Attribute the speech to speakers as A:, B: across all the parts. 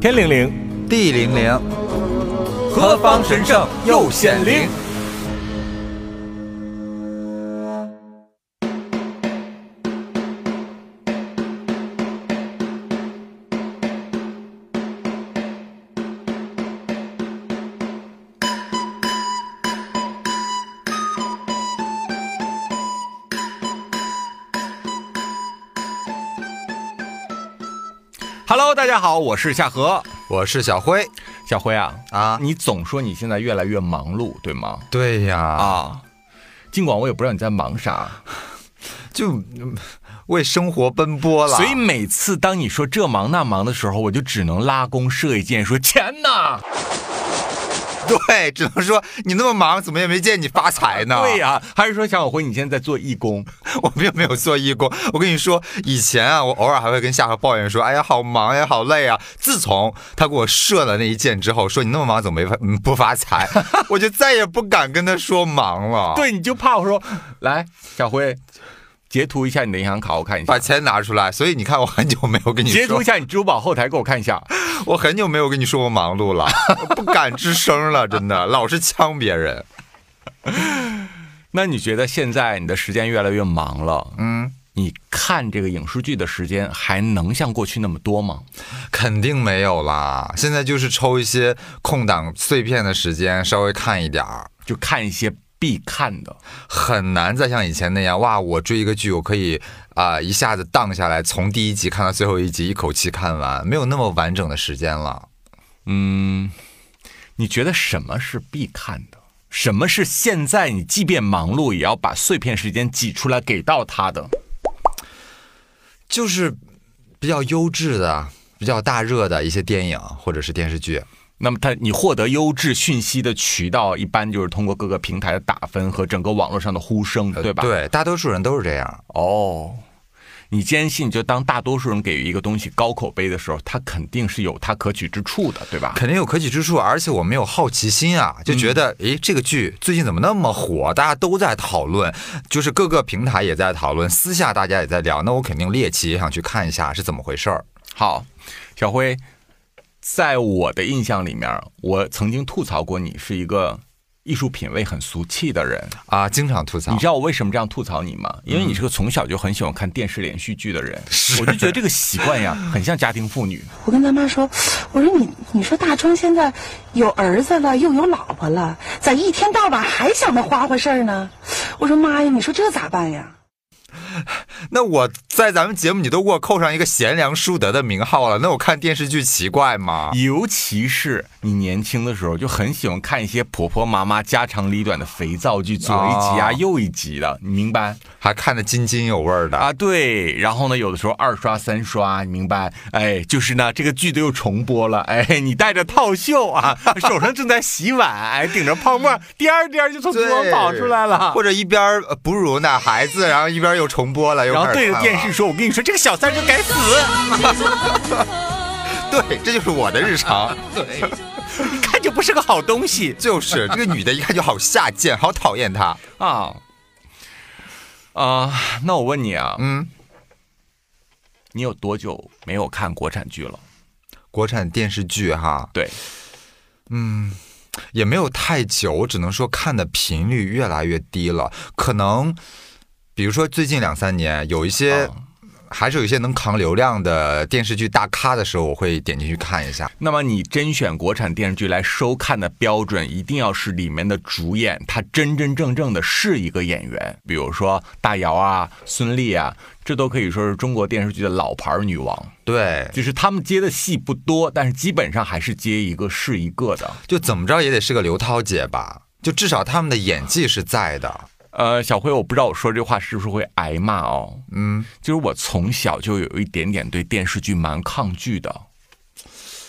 A: 天灵灵，
B: 地灵灵，
A: 何方神圣又显灵。Hello，大家好，我是夏荷。
B: 我是小辉
A: 小辉啊，
B: 啊。
A: 你总说你现在越来越忙碌，对吗？
B: 对呀，
A: 啊，尽管我也不知道你在忙啥，
B: 就嗯为生活奔波了。
A: 所 以每次当你说这忙那忙的时候，我就只能拉弓射一箭，说钱呢？
B: 啊对，只能说你那么忙，怎么也没见你发财呢？
A: 对、呀、还是说小小辉你现在在做义工？
B: 我并没有做义工。我跟你说，以前啊，我偶尔还会跟夏荷抱怨说：“哎呀，好忙呀，好累啊。”自从他给我射了那一箭之后，说你那么忙，怎么没发嗯不发 财？我就再也不敢跟他说忙了。，
A: 对，你就怕我说，来，小辉，截图一下你的银行卡，我看一下
B: 把。钱拿出来。所以你看，我很久没有跟你
A: 截
B: 说
A: 图一，下你支付宝后台给我看一 下，
B: 我很久没有跟你说我忙碌了，我不敢吱声了，真的，老是呛别人。
A: 那你觉得现在你的时间越来越忙了，
B: 嗯。
A: 你看这个影视剧的时间还能像过去那么多吗？
B: 肯定没有啦，现在就是抽一些空档碎片的时间，稍微看一点儿，
A: 就看一些必看的，
B: 很难再像以前那样哇！我追一个剧，我可以啊、一下子荡下来，从第一集看到最后一集，一口气看完，没有那么完整的时间了。
A: 嗯，你觉得什么是必看的？什么是现在你即便忙碌也要把碎片时间挤出来给到他的？
B: 就是比较优质的、比较大热的一些电影或者是电视剧，
A: 那么他，你获得优质讯息的渠道一般就是通过各个平台的打分和整个网络上的呼声，
B: 呃
A: 对吧？。
B: 对，大多数人都是这样。
A: 哦，你坚信就当大多数人给予一个东西高口碑的时候，它肯定是有它可取之处的，对吧？
B: 肯定有可取之处，而且我们有好奇心啊，
A: 嗯
B: 就觉得，诶，这个剧最近怎么那么火？大家都在讨论，就是各个平台也在讨论，私下大家也在聊，那我肯定猎奇，也想去看一下是怎么回事儿。
A: 好，小辉，在我的印象里面，我曾经吐槽过你是一个艺术品味很俗气的人。
B: 啊，经常吐槽
A: 你知道我为什么这样吐槽你吗？因为你是个从小就很喜欢看电视连续剧的 人，我就觉得这个习惯呀，很像家庭妇 女。
C: 我跟他妈说，我说你，你说大春现在有儿子了，又有老婆了，咋一天到晚还想着花花事儿呢？我说妈呀，你说这咋办呀？
B: 那我在咱们节目你都给我扣上一个贤良淑德的名号了，那我看电视剧奇怪吗？
A: 尤其是你年轻的时候，就很喜欢看一些婆婆妈妈家长里短的肥皂剧，左一集啊、
B: 哦
A: 右一集的，你明白
B: 还看得津津有味儿的
A: 啊？对。然后呢，有的时候二刷、三刷，你明白？哎，就是呢，这个剧都又重播了，哎，你带着套袖啊，手上正在洗碗，哎，顶着泡沫，颠儿颠儿就从厨房
B: 对
A: 跑出来了。
B: 或者一边儿呃哺乳呢孩子，然后一边儿又重播了，又
A: 然
B: 开
A: 后
B: 始
A: 对着
B: 看
A: 电
B: 了
A: 视说：“我跟你说，这个小三儿就该死。”
B: 对，这就是我的日常。对。
A: 看就不是个好东西
B: 就是这个女的，一看就好下贱，好讨厌她。
A: 啊。啊、那我问你啊，
B: 嗯，
A: 你有多久没有看国产剧了？
B: 国产电视剧哈
A: 对，
B: 也没有太久，只能说看的频率越来越低了。可能比如说最近两三年，有一些、还是有一些能扛流量的电视剧大咖的时候，我会点进去看一下。
A: 那么你甄选国产电视剧来收看的标准，一定要是里面的主演他真真正正的是一个演员，比如说大姚啊、孙俪啊，这都可以说是中国电视剧的老牌女王。
B: 对，
A: 就是他们接的戏不多，但是基本上还是接一个是一个的。
B: 就怎么着也得是个刘涛姐吧，就至少他们的演技是在的。
A: 呃，小辉，我不知道我说这话是不是会挨骂哦。
B: 嗯，
A: 就是我从小就有一点点对电视剧蛮抗拒的，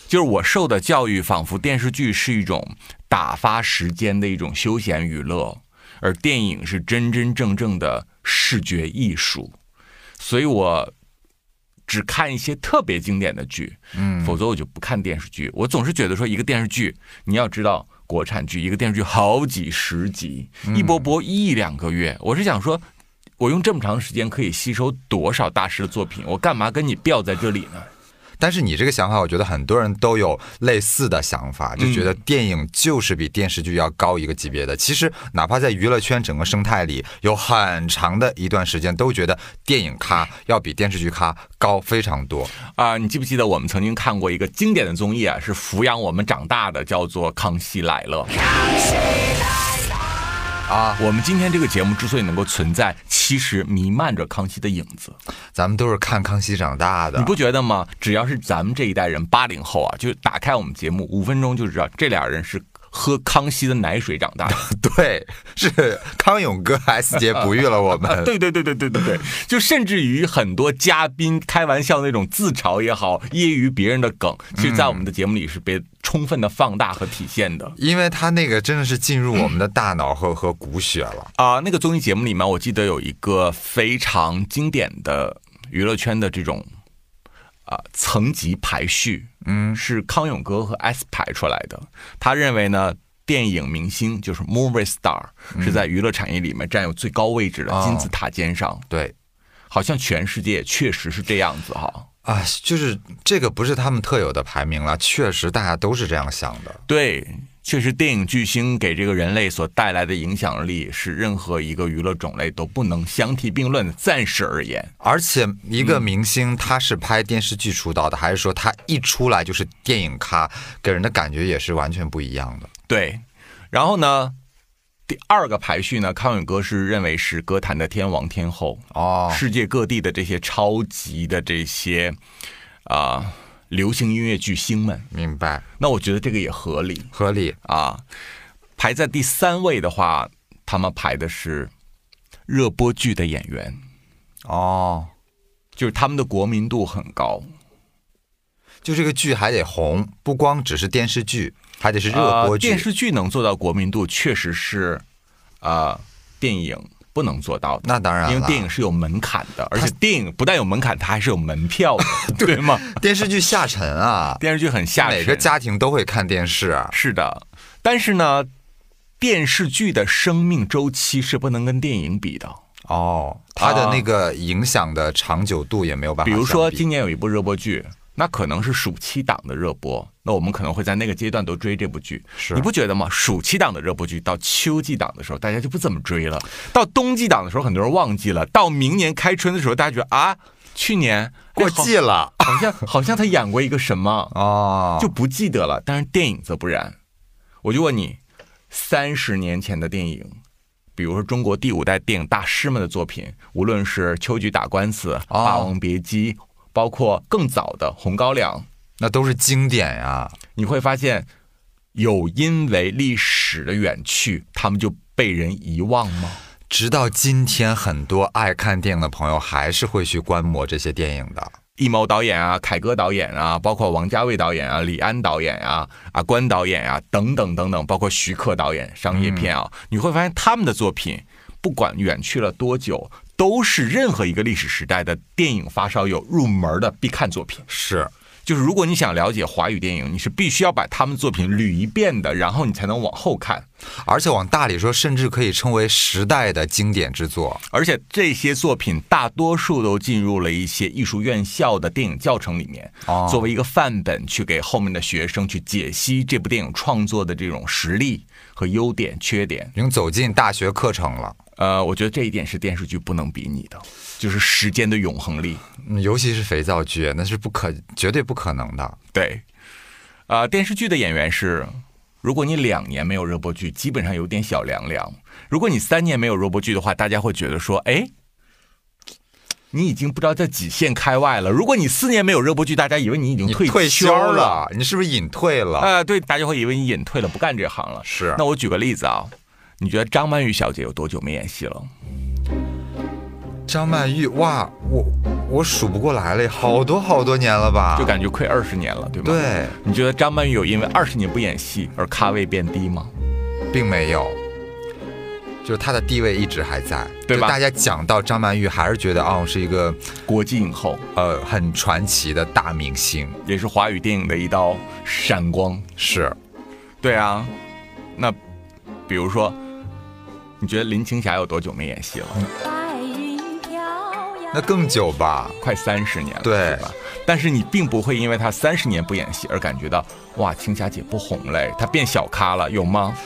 A: 就是我受的教育仿佛电视剧是一种打发时间的一种休闲娱乐，而电影是真真正正的视觉艺术，所以我只看一些特别经典的剧，嗯，否则我就不看电视剧。我总是觉得说一个电视剧，你要知道。国产剧一个电视剧好几十集，一播播一两个月，我是想说，我用这么长时间可以吸收多少大师的作品？我干嘛跟你吊在这里呢？
B: 但是你这个想法，我觉得很多人都有类似的想法，就
A: 嗯
B: 觉得电影就是比电视剧要高一个级别的。其实，哪怕在娱乐圈整个生态里，有很长的一段时间都觉得电影咖要比电视剧咖高非常多。
A: 啊、你记不记得我们曾经看过一个经典的综艺啊，是抚养我们长大的，叫做《康熙来了》啊。我们今天这个节目之所以能够存在，其实弥漫着康熙的影子，
B: 咱们都是看康熙长大的，
A: 你不觉得吗？只要是咱们这一代人，八零后啊，就打开我们节目五分钟就知道，这俩人是喝康熙的奶水长大的。
B: 对，是康 永哥 S 姐哺育了我
A: 啊，
B: 们。
A: 对对对对对对对，就甚至于很多嘉宾开玩笑那种自嘲也好，揶揄别人的梗，其实在我们的节目里是被充分的放大和体现的。
B: 因为他那个真的是进入我们的大脑和和骨血了，
A: 啊、那个综艺节目里面，我记得有一个非常经典的娱乐圈的这种啊、层级排序，嗯，是康永哥和 S 排出来的。他认为呢，电影明星就是 movie star、是在娱乐产业里面占有最高位置的金字塔尖上，
B: 对
A: 好像全世界也确实是这样子哈。
B: 啊，就是这个不是他们特有的排名了，确实大家都是这样想的。
A: 对，确实，电影巨星给这个人类所带来的影响力是任何一个娱乐种类都不能相提并论的。暂时而言，
B: 而且一
A: 嗯
B: 个明星他是拍电视剧出道的，还是说他一出来就是电影咖，给人的感觉也是完全不一样的。
A: 对。然后呢，第二个排序呢，康永哥是认为是歌坛的天王天后，
B: 哦
A: 世界各地的这些超级的这些啊、流行音乐巨星们。
B: 明白，
A: 那我觉得这个也合理
B: 合理。
A: 啊。排在第三位的话，他们排的是热播剧的演员。
B: 哦，
A: 就是他们的国民度很高，
B: 就这个剧还得红，不光只是电视剧，还得是热播
A: 呃
B: 剧。
A: 电视剧能做到国民度，确实是，呃，电影不能做到的。
B: 那当然了
A: 因为电影是有门槛的，而且电影不但有门槛，它还是有门票 的，对吗？
B: 电视剧下沉 啊，
A: 电视剧很吓人，
B: 每个家庭都会看电视啊。
A: 是的，但是呢，电视剧的生命周期是不能跟电影比的。
B: 哦，它的那个影响的长久度也没有办法
A: 比
B: 相比。
A: 如说今年有一部热播剧，那可能是暑期档的热播，那我们可能会在那个阶段都追这部剧，
B: 是
A: 你不觉得吗？暑期档的热播剧到秋季档的时候，大家就不怎么追了；到冬季档的时候，很多人忘记了；到明年开春的时候，大家觉得啊，去年
B: 过季了
A: 好好像好像他演过一个什么，
B: 哦，
A: 就不记得了。但是电影则不然。我就问你，三十年前的电影，比如说中国第五代电影大师们的作品，无论是《秋菊打官司》《霸王别姬》，包括更早的《红高粱》，
B: 那都是经典呀、
A: 你会发现，有因为历史的远去，他们就被人遗忘吗？
B: 直到今天，很多爱看电影的朋友还是会去观摩这些电影的。
A: 易谋导演啊，凯歌导演啊，包括王家卫导演啊，李安导演啊，啊关导演啊，等等等等，包括徐克导演商业片啊，你会发现他们的作品，不管远去了多久，都是任何一个历史时代的电影发烧友入门的必看作品。
B: 是，
A: 就是如果你想了解华语电影，你是必须要把他们作品捋一遍的，然后你才能往后看。
B: 而且往大里说，甚至可以称为时代的经典之作。
A: 而且这些作品大多数都进入了一些艺术院校的电影教程里面，
B: 哦
A: 作为一个范本去给后面的学生去解析这部电影创作的这种实力和优点、缺点。
B: 已经走进大学课程了，
A: 呃，我觉得这一点是电视剧不能比拟的，就是时间的永恒力。
B: 嗯尤其是肥皂剧，那是不可绝对不可能的。
A: 对，呃，电视剧的演员是，如果你两年没有热播剧，基本上有点小凉凉；如果你三年没有热播剧的话，大家会觉得说，哎，你已经不知道在几线开外了。如果你四年没有热播剧，大家以为你已经
B: 你
A: 退
B: 退
A: 休
B: 休了，你是不是隐退了？
A: 啊、对，大家会以为你隐退了，不干这行了。
B: 是
A: 那我举个例子啊，你觉得张曼玉小姐有多久没演戏了？
B: 张曼玉，哇，我我数不过来了，好多好多年了吧？
A: 就感觉快二十年了，对吗？
B: 对，
A: 你觉得张曼玉有因为二十年不演戏而咖位变低吗？
B: 并没有，就是她的地位一直还在，
A: 对吧
B: 就大家讲到张曼玉，还是觉得哦是一个
A: 国际影后
B: 呃很传奇的大明星，
A: 也是华语电影的一道闪光。
B: 是
A: 对啊，那比如嗯说，你觉得林青霞有多久没演戏了？
D: 白云飘呀
B: 那更久吧？
A: 快三十年了，
B: 对
A: 是吧？但是你并不会因为他三十年不演戏而感觉到哇，青霞姐不红嘞，她变小咖了，有吗？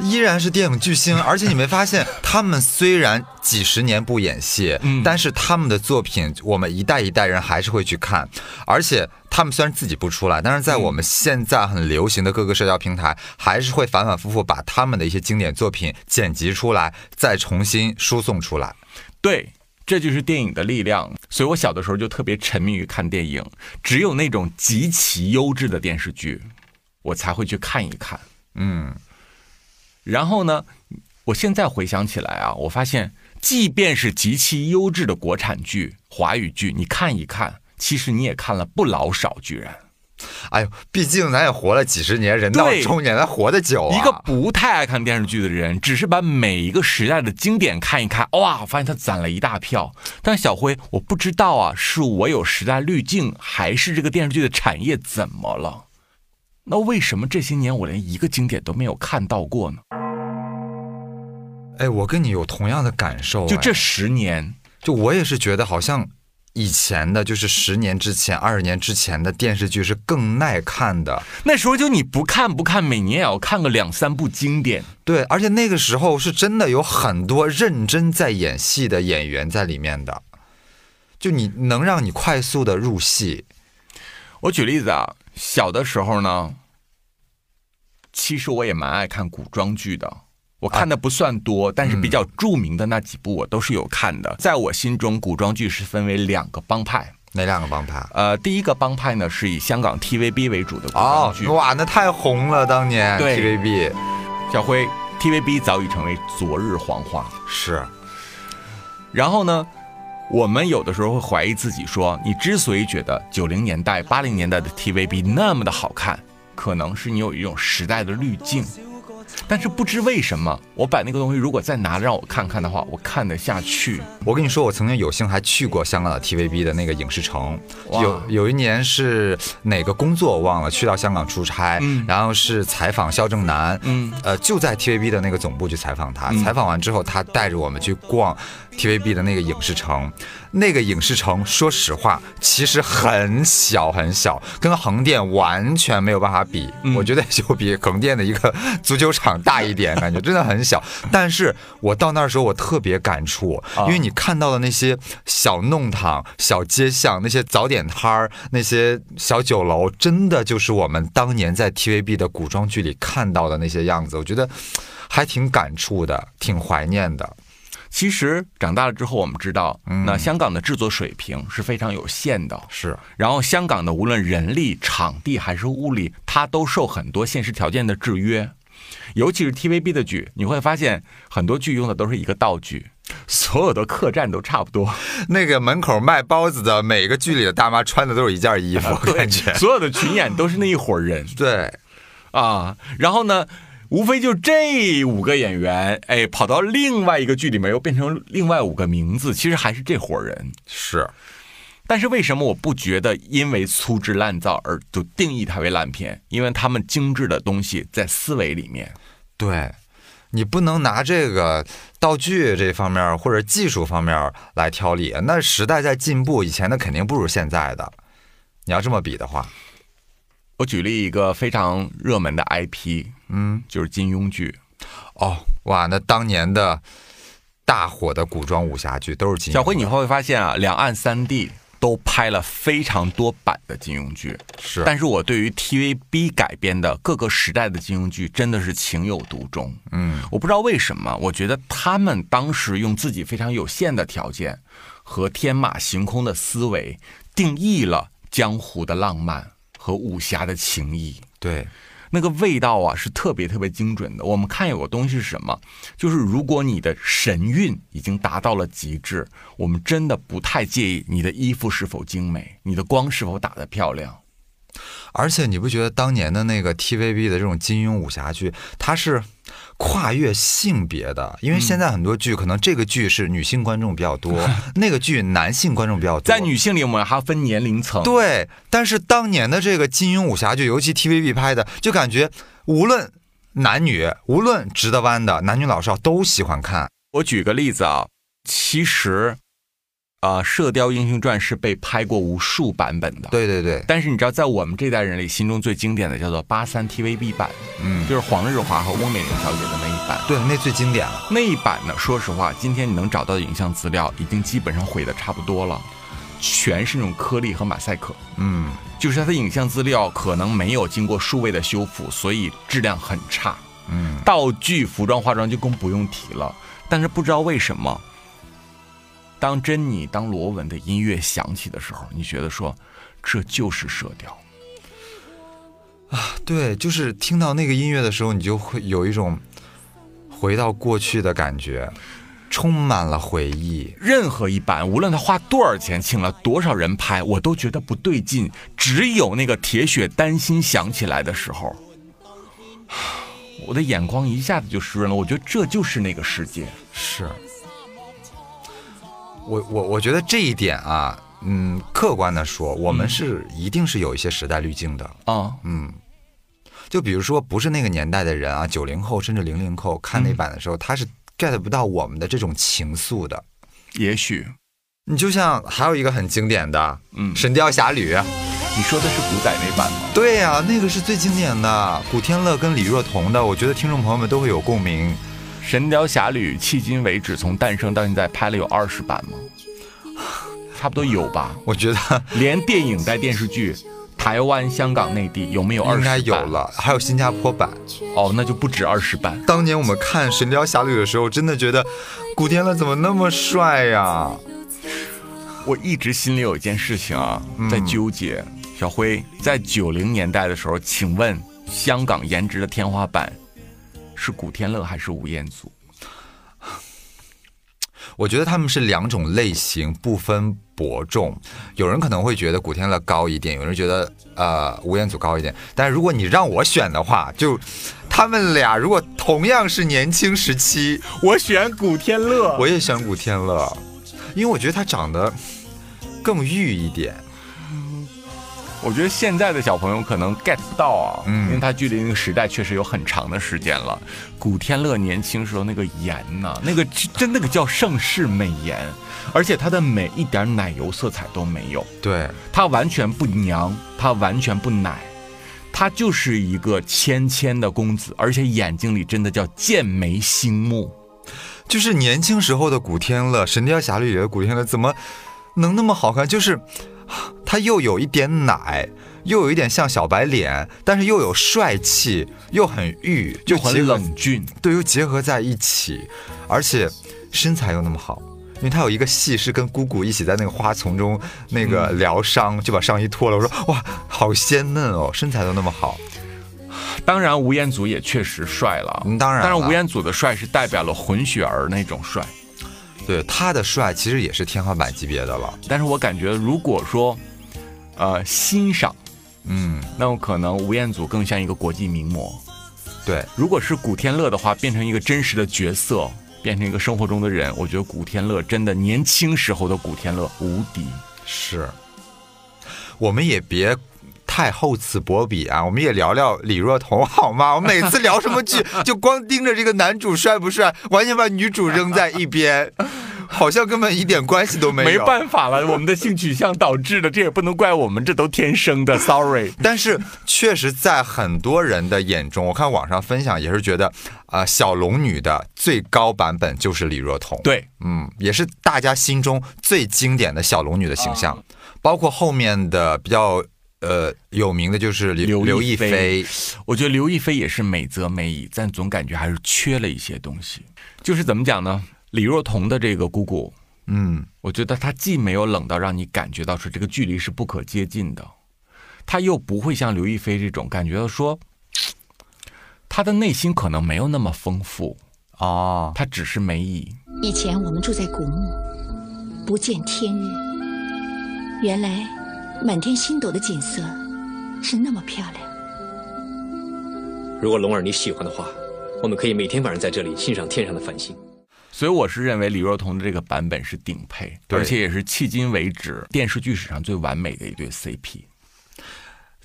B: 依然是电影巨星，而且你没发现，他们虽然几十年不演戏，
A: 嗯
B: 但是他们的作品，我们一代一代人还是会去看。而且他们虽然自己不出来，但是在我们现在很流行的各个社交平台，还是会反反复复把他们的一些经典作品剪辑出来，再重新输送出来。
A: 对，这就是电影的力量。所以我小的时候就特别沉迷于看电影，只有那种极其优质的电视剧，我才会去看一看。
B: 嗯，
A: 然后呢，我现在回想起来啊，我发现，即便是极其优质的国产剧、华语剧，你看一看，其实你也看了不老少，啊居然。
B: 哎呦，毕竟咱也活了几十年，人到
A: 对
B: 中年，咱活得久啊。
A: 一个不太爱看电视剧的人，只是把每一个时代的经典看一看，哇，我发现他攒了一大票。但小辉，我不知道啊，是我有时代滤镜，还是这个电视剧的产业怎么了？那为什么这些年我连一个经典都没有看到过呢？
B: 哎，我跟你有同样的感受、
A: 就
B: 哎
A: 这十年，
B: 就我也是觉得，好像以前的，就是十年之前、二十年之前的电视剧是更耐看的。
A: 那时候就你不看不看，每年也要看个两三部经典。
B: 对，而且那个时候是真的有很多认真在演戏的演员在里面的，就你能让你快速的入戏。
A: 我举例子啊，小的时候呢，其实我也蛮爱看古装剧的。我看的不算多，但是比较著名的那几部我都是有看的。在我心中，古装剧是分为两个帮派。
B: 哪两个帮派？
A: 呃，第一个帮派呢是以香港 TVB 为主的古
B: 哦
A: 装剧。，
B: 哇，那太红了，当年
A: 对
B: TVB
A: 小辉，TVB 早已成为昨日黄花。
B: 是
A: 然后呢，我们有的时候会怀疑自己说，你之所以觉得九零年代、八零年代的 TVB 那么的好看，可能是你有一种时代的滤镜。但是不知为什么，我把那个东西如果再拿让我看看的话，我看得下去。
B: 我跟你说，我曾经有幸还去过香港的 TVB 的那个影视城，
A: 哇
B: 有有一年是哪个工作我忘了，去到香港出差，
A: 嗯
B: 然后是采访肖正南，
A: 嗯
B: 呃，就在 TVB 的那个总部去采访他。采访完之后，他带着我们去逛 TVB 的那个影视城，那个影视城说实话其实很小很小，跟横店完全没有办法比，
A: 嗯
B: 我觉得就比横店的一个足球场大一点，感觉真的很小。但是我到那儿的时候，我特别感触，因为你看到的那些小弄堂、小街巷、那些早点摊儿、那些小酒楼，真的就是我们当年在 TVB 的古装剧里看到的那些样子，我觉得还挺感触的，挺怀念的。
A: 其实长大了之后，我们知道，那香港的制作水平是非常有限的。
B: 是，
A: 然后香港的无论人力、场地还是物力，它都受很多现实条件的制约。尤其是 TVB 的剧，你会发现很多剧用的都是一个道具，所有的客栈都差不多，
B: 那个门口卖包子的每个剧里的大妈穿的都是一件衣服，我感觉。
A: 所有的群演都是那一伙人
B: 对，
A: 啊。然后呢，无非就这五个演员，哎，跑到另外一个剧里面又变成另外五个名字，其实还是这伙人。
B: 是，
A: 但是为什么我不觉得因为粗制滥造而就定义它为烂片？因为他们精致的东西在思维里面。
B: 对，你不能拿这个道具这方面儿或者技术方面儿来挑理。那时代在进步，以前的肯定不如现在的。你要这么比的话，
A: 我举例一个非常热门的 IP，嗯，就是金庸剧，
B: 哦，哇，那当年的大火的古装武侠剧都是金庸的。
A: 小辉，你会发现啊，两岸三地都拍了非常多版的金庸剧，
B: 是
A: 但是我对于 TVB 改编的各个时代的金庸剧真的是情有独钟。嗯，我不知道为什么，我觉得他们当时用自己非常有限的条件和天马行空的思维，定义了江湖的浪漫和武侠的情谊。
B: 对，
A: 那个味道啊是特别特别精准的。我们看有个东西是什么，就是如果你的神韵已经达到了极致，我们真的不太介意你的衣服是否精美，你的光是否打得漂亮。
B: 而且你不觉得当年的那个 TVB 的这种金庸武侠剧，它是跨越性别的？因为现在很多剧可能这个剧是女性观众比较 多，那个剧男性观众比较多。
A: 在女性里，我们还要分年龄层。
B: 对，但是当年的这个金庸武侠剧，尤其 TVB 拍的，就感觉无论男女，无论直的弯的，男女老少都喜欢看。
A: 我举个例子啊，其实呃，《射雕英雄传》是被拍过无数版本的。
B: 对对对，
A: 但是你知道，在我们这代人里，心中最经典的叫做八三 TVB 版，
B: 嗯，
A: 就是黄日华和翁美玲小姐的那一版。
B: 对，那最经典了。
A: 那一版呢，说实话，今天你能找到的影像资料，已经基本上毁的差不多了，全是那种颗粒和马赛克。
B: 嗯，
A: 就是它的影像资料可能没有经过数位的修复，所以质量很差。
B: 嗯，
A: 道具、服装、化妆就更不用提了。但是不知道为什么，当珍妮、当罗文的音乐响起的时候，你觉得说这就是《射雕》。
B: 对，就是听到那个音乐的时候，你就会有一种回到过去的感觉，充满了回忆。
A: 任何一版，无论他花多少钱，请了多少人拍，我都觉得不对劲。只有那个铁血丹心响起来的时候， 我的眼眶一下子就湿润了。我觉得这就是那个世界。
B: 是，我我我觉得这一点啊，嗯，客观的说，我们是、一定是有一些时代滤镜的。
A: 啊、
B: 嗯就比如说，不是那个年代的人啊，九零后甚至零零后看那版的
A: 嗯
B: 时候，他是 get 不到我们的这种情愫的。
A: 也许
B: 你就像还有一个很经典的，嗯，《神雕侠侣》，
A: 你说的是古仔那版吗？
B: 对呀、那个是最经典的，古天乐跟李若彤的，我觉得听众朋友们都会有共鸣。
A: 《神雕侠侣》迄今为止从诞生到现在拍了有二十版吗？ 差不多有吧，
B: 我觉得
A: 连电影带电视剧，台湾、香港、内地有没有二十
B: 应
A: 版？
B: 该有了，还有新加坡版。
A: 哦，那就不止二十版。
B: 当年我们看《神雕侠侣》的时候，真的觉得古天乐怎么那么帅呀、
A: 我一直心里有一件事情啊，在纠结。小辉在九零年代的时候，请问香港颜值的天花板是古天乐还是吴彦祖？
B: 我觉得他们是两种类型，不分伯仲。有人可能会觉得古天乐高一点，有人觉得呃吴彦祖高一点。但是如果你让我选的话，就他们俩如果同样是年轻时期，
A: 我选古天乐。
B: 我也选古天乐，因为我觉得他长得更御一点。
A: 我觉得现在的小朋友可能 get 不到啊，
B: 嗯
A: 因为他距离那个时代确实有很长的时间了。古天乐年轻时候那个颜呐、那个真那个叫盛世美颜，而且他的美一点奶油色彩都没有。
B: 对，
A: 她完全不娘，她完全不奶，她就是一个谦谦的公子，而且眼睛里真的叫剑眉星目。
B: 就是年轻时候的古天乐，《神雕侠侣》里的古天乐怎么能那么好看？就是啊他又有一点奶，又有一点像小白脸，但是又有帅气，又很御，
A: 就
B: 又结
A: 很
B: 合
A: 冷峻，
B: 对，又结合在一起，而且身材又那么好。因为他有一个戏是跟姑姑一起在那个花丛中那个疗伤，就把上衣脱了。我说哇，好鲜嫩哦，身材都那么好。
A: 当然吴彦祖也确实帅了，
B: 嗯当然了
A: 但是吴彦祖的帅是代表了混血儿那种帅。
B: 对他的帅其实也是天花板级别的了。
A: 但是我感觉，如果说，呃，欣赏，
B: 嗯，
A: 那么可能吴彦祖更像一个国际名模；
B: 对，
A: 如果是古天乐的话，变成一个真实的角色，变成一个生活中的人，我觉得古天乐真的年轻时候的古天乐无敌。
B: 是，我们也别太厚此薄彼啊，我们也聊聊李若彤好吗？ 我每次聊什么 剧，就光盯着这个男主帅不帅，完全把女主扔在一 边，好像根本一点关系都没有。
A: 没办法了，我们的性取向导致的，这也不能怪我们，这都天生 的。Sorry，
B: 但是确实，在很多人的眼中，我看网上分享也是觉得，啊、小龙女的最高版本就是李若彤。，
A: 对，
B: 嗯，也是大家心中最经典的小龙女的形象，
A: 哦
B: 包括后面的比较呃有名的就是刘
A: 刘亦
B: 刘亦
A: 菲
B: 菲。
A: 我觉得刘亦菲也是美则美矣，但总感觉还是缺了一些东西。就是怎么讲呢？李若彤的这个姑姑，
B: 嗯，
A: 我觉得她既没有冷到让你感觉到说这个距离是不可接近的，她又不会像刘亦菲这种感觉到说，她的内心可能没有那么丰富，
B: 哦，
A: 她只是美矣。
D: 以前我们住在古墓，不见天日。原来满天星斗的景色是那么漂亮。
E: 如果龙儿你喜欢的话，我们可以每天晚上在这里欣赏天上的繁星。
A: 所以我是认为李若彤的这个版本是顶配，
B: 对
A: 而且也是迄今为止电视剧史上最完美的一对 CP。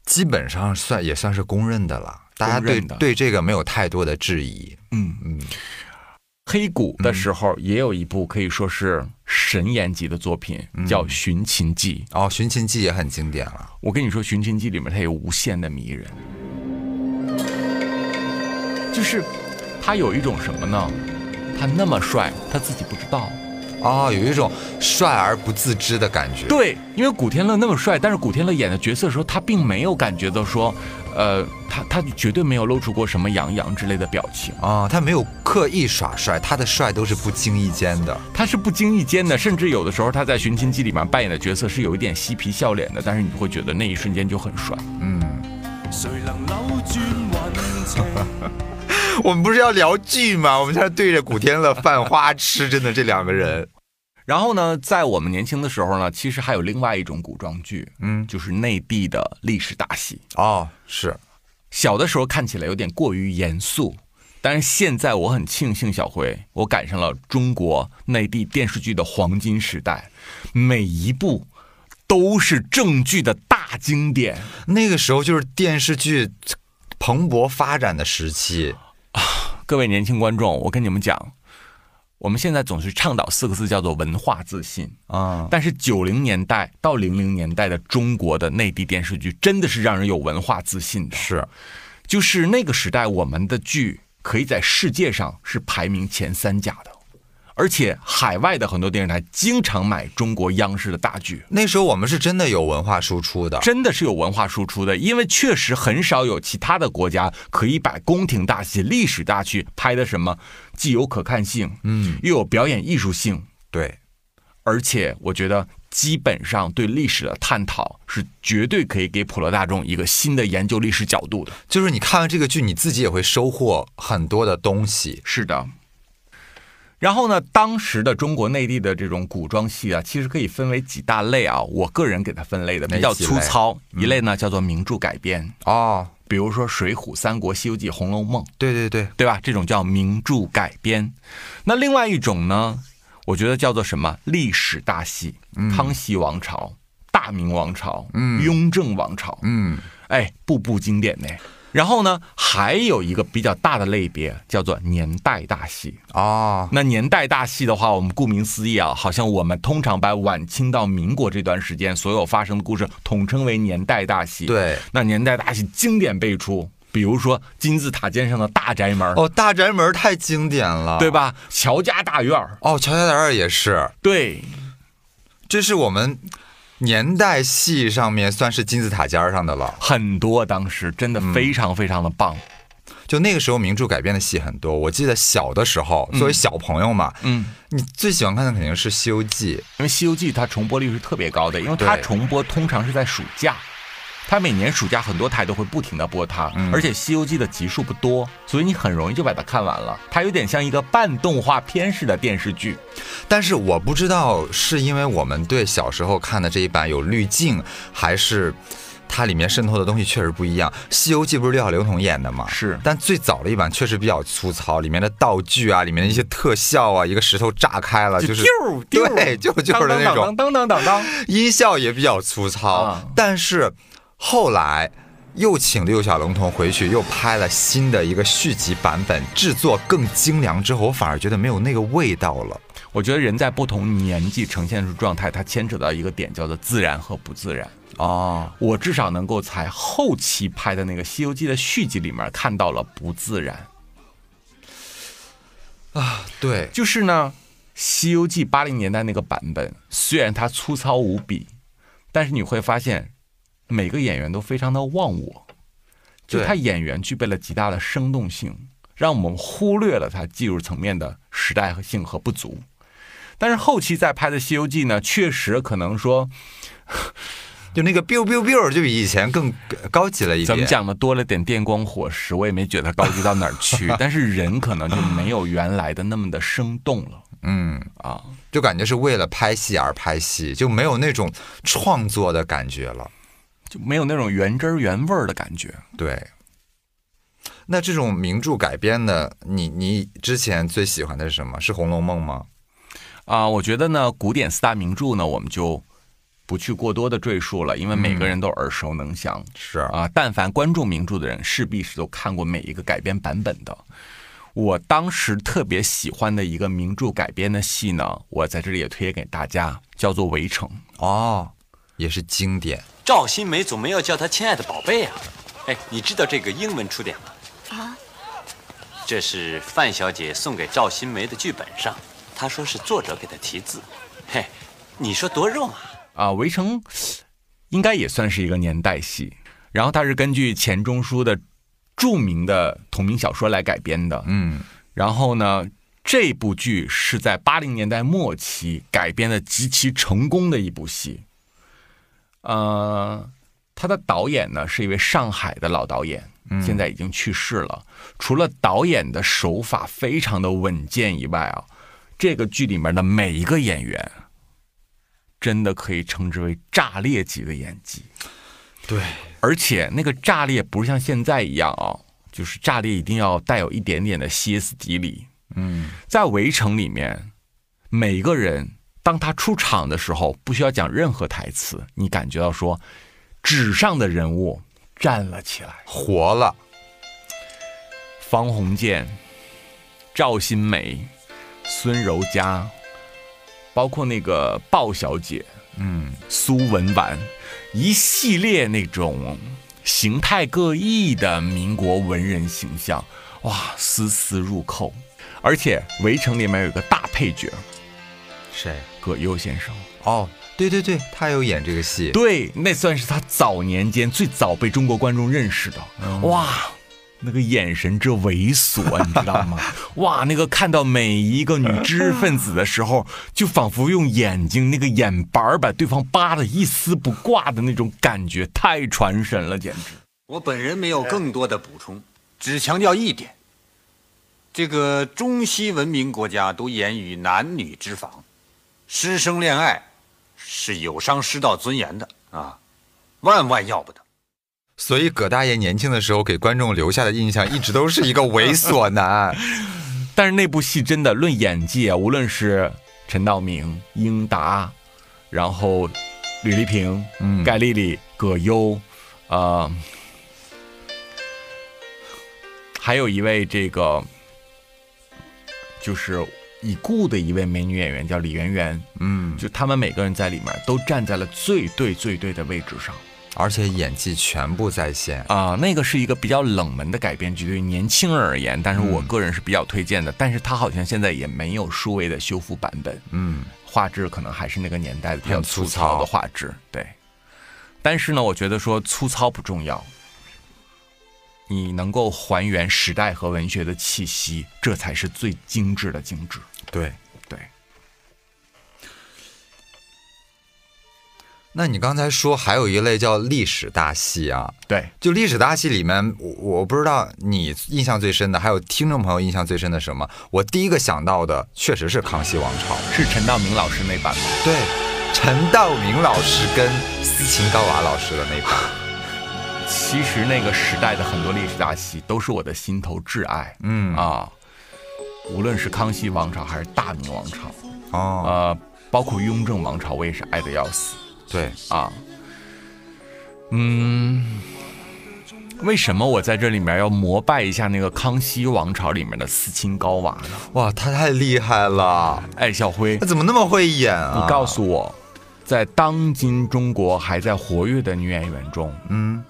B: 基本上算也算是公认的了，大家
A: 公认
B: 对
A: 的
B: 对这个没有太多的质疑。
A: 嗯黑谷的时候也有一部可以说是神演级的作品，叫《寻秦记》。
B: 哦，《寻秦记》也很经典了。
A: 我跟你说，《寻秦记》里面它有无限的迷人，就是他有一种什么呢？他那么帅，他自己不知道。
B: 哦，有一种帅而不自知的感觉。
A: 对，因为古天乐那么帅，但是古天乐演的角色的时候，他并没有感觉到说，呃，他他绝对没有露出过什么洋洋之类的表情，
B: 啊、他没有刻意耍帅，他的帅都是不经意间的。
A: 他是不经意间的，甚至有的时候他在《寻秦记》里面扮演的角色是有一点嬉皮笑脸的，但是你会觉得那一瞬间就很帅。
F: 谁能扭转运程？
B: 我们不是要聊剧吗？我们在这对着古天乐犯花痴，真的这两个人，
A: 然后呢，在我们年轻的时候呢，其实还有另外一种古装剧，嗯，就是内地的历史大戏。
B: 哦，是
A: 小的时候看起来有点过于严肃，但是现在我很庆幸，小辉，我赶上了中国内地电视剧的黄金时代，每一部都是正剧的大经典。
B: 那个时候就是电视剧蓬勃发展的时期。
A: 各位年轻观众，我跟你们讲，我们现在总是倡导四个字叫做文化自信
B: 啊
A: 但是九零年代到零零年代的中国的内地电视剧，真的是让人有文化自信的。
B: 是，
A: 就是那个时代，我们的剧可以在世界上是排名前三甲的，而且海外的很多电视台经常买中国央视的大剧，
B: 那时候我们是真的有文化输出的。
A: 真的是有文化输出的。因为确实很少有其他的国家可以把宫廷大戏、历史大剧拍的什么，既有可看性，嗯，又有表演艺术性，
B: 对，
A: 而且我觉得基本上对历史的探讨是绝对可以给普罗大众一个新的研究历史角度的。
B: 就是你看完这个剧，你自己也会收获很多的东西。
A: 是的。然后呢，当时的中国内地的这种古装戏啊，其实可以分为几大类啊。我个人给它分类的比较
B: 哪几
A: 粗
B: 类嗯
A: 糙，一类呢叫做名著改编，
B: 哦，
A: 比如说《水浒》《三国》《西游记》《红楼梦》，
B: 对对对，
A: 对吧？这种叫名著改编。那另外一种呢，我觉得叫做什么历史大戏，康熙王朝、大明王朝、雍正王朝，
B: 嗯，
A: 哎，步步经典呢。然后呢，还有一个比较大的类别叫做年代大戏。
B: 哦，
A: 那年代大戏的话，我们顾名思义啊，好像我们通常把晚清到民国这段时间所有发生的故事统称为年代大戏。，
B: 对。
A: 那年代大戏经典辈出，比如说金字塔尖上的大宅门，
B: 哦，大宅门太经典了，
A: 对？吧？乔家大院儿，
B: 哦，乔家大院也是，
A: 对，
B: 这是我们年代戏上面算是金字塔尖儿上的了。
A: 很多当时真的
B: 嗯
A: 非常非常的棒。
B: 就那个时候名著改编的戏很多，我记得小的时候，作为小朋友嘛，
A: 嗯，
B: 你最喜欢看的肯定是《西游记》。
A: 因为《西游记》它重播率是特别高的，因为哦它
B: 对
A: 重播通常是在暑假，它每年暑假很多台都会不停的播它，而且《西游记》的集数不多，所以你很容易就把它看完了。它有点像一个半动画片式的电视剧，
B: 但是我不知道是因为我们对小时候看的这一版有滤镜，还是它里面渗透的东西确实不一样。《西游记》不是六小龄童演的吗？
A: 是
B: 但最早的一版确实比较粗糙，里面的道具啊，里面的一些特效啊，一个石头炸开
A: 啊
B: 了，就是
A: 丢丢，
B: 对，就就是的那种
A: 当当当当当
B: 音效也比较粗糙。
A: 啊
B: 但是后来。又请六小龄童回去，又拍了新的一个续集版本，制作更精良之后，我反而觉得没有那个味道了。
A: 我觉得人在不同年纪呈现出状态，它牵扯到一个点叫做自然和不自然。
B: 哦，
A: 我至少能够在后期拍的那个《西游记》的续集里面看到了不自然。
B: 对，
A: 就是呢，《西游记》八零年代那个版本，虽然它粗糙无比，但是你会发现每个演员都非常的忘我，就
B: 对
A: 他演员具备了极大的生动性，让我们忽略了他技术层面的时代性和不足。但是后期再拍的《西游记》呢，确实可能说
B: 就那个 biu biu biu 就比以前更高级了一点。
A: 咱们？讲的多了点电光火石，我也没觉得高级到哪儿 去，但是人可能就没有原来的那么的生动了。
B: 嗯，
A: 啊，
B: 就感觉是为了拍戏而拍戏，就没有那种创作的感觉了。
A: 就没有那种原汁儿原味儿的感觉。
B: 对。那这种名著改编的，你你之前最喜欢的是什么？是《红楼梦》吗？
A: 啊，我觉得呢，古典四大名著呢，我们就不去过多的赘述了，因为每个人都耳熟能详。啊
B: 是
A: 啊，但凡关注名著的人，势必是都看过每一个改编版本的。我当时特别喜欢的一个名著改编的戏呢，我在这里也推荐给大家，叫做《围城》。
B: 哦，也是经典。
G: 赵新梅总没有叫她亲爱的宝贝啊。哎，你知道这个英文出典吗？
D: 啊，
G: 这是范小姐送给赵新梅的剧本上，她说是作者给她题字。嘿，你说多肉麻？
A: 啊，《围城》应该也算是一个年代戏，然后它是根据钱钟书的著名的同名小说来改编的。
B: 嗯，
A: 然后呢，这部剧是在八零年代末期改编的极其成功的一部戏。呃，他的导演呢是一位上海的老导演，现在已经去世了。除了导演的手法非常的稳健以外啊，这个剧里面的每一个演员，真的可以称之为炸裂级的演技。
B: 对，
A: 而且那个炸裂不是像现在一样啊，就是炸裂一定要带有一点点的歇斯底里。嗯，在《围城》里面，每个人当他出场的时候，不需要讲任何台词，你感觉到说，纸上的人物站了起来。
B: 活了。
A: 方鸿渐、赵新梅、孙柔嘉，包括那个鲍小姐，嗯，苏文纨，一系列那种形态各异的民国文人形象，哇，丝丝入扣。而且《围城》里面有一个大配角
B: 谁？
A: 葛优先生，
B: 哦，对对对，他有演这个戏。
A: 对，那算是他早年间最早被中国观众认识的。哇，那个眼神之猥琐，你知道吗？哇，那个看到每一个女知识分子的时候，就仿佛用眼睛那个眼板儿把对方扒的一丝不挂的那种感觉，太传神了，简直。
H: 我本人没有更多的补充，只强调一点：这个中西文明国家都严于男女之防，师生恋爱是有伤师道尊严的啊，万万要不得。
B: 所以葛大爷年轻的时候给观众留下的印象，一直都是一个猥琐男。
A: 但是那部戏真的论演技啊，无论是陈道明、英达，然后吕丽萍、
B: 嗯
A: 盖丽丽、葛优，呃，还有一位这个就是已故的一位美女演员叫李媛媛，
B: 嗯，
A: 就他们每个人在里面都站在了最对最对的位置上。
B: 而且演技全部在线。
A: 啊、那个是一个比较冷门的改编剧，对于年轻人而言，但是我个人是比较推荐的。但是它好像现在也没有数位的修复版本，
B: 嗯，
A: 画质可能还是那个年代的比较
B: 很粗
A: 粗糙的
B: 糙
A: 画质。对，但是呢，我觉得说粗糙不重要，你能够还原时代和文学的气息，这才是最精致的精致。
B: 对。
A: 对，
B: 那你刚才说还有一类叫历史大戏啊，
A: 对，
B: 就历史大戏里面，我我不知道你印象最深的，还有听众朋友印象最深的是什么？我第一个想到的确实是《康熙王朝》，
A: 是陈道明老师那版吗？
B: 对，陈道明老师跟斯琴高娃老师的那版。
A: 其实那个时代的很多历史大戏都是我的心头挚爱。
B: 嗯
A: 啊，无论是康熙王朝还是大明王朝，
B: 哦，
A: 呃，包括雍正王朝，我也是爱的要死
B: 对，
A: 啊。嗯，为什么我在这里面要膜拜一下那个康熙王朝里面的斯琴高娃呢？
B: 哇，他太厉害了，
A: 艾孝辉
B: 他，怎么那么会演啊？
A: 你告诉我，在当今中国还在活跃的女演员中，嗯，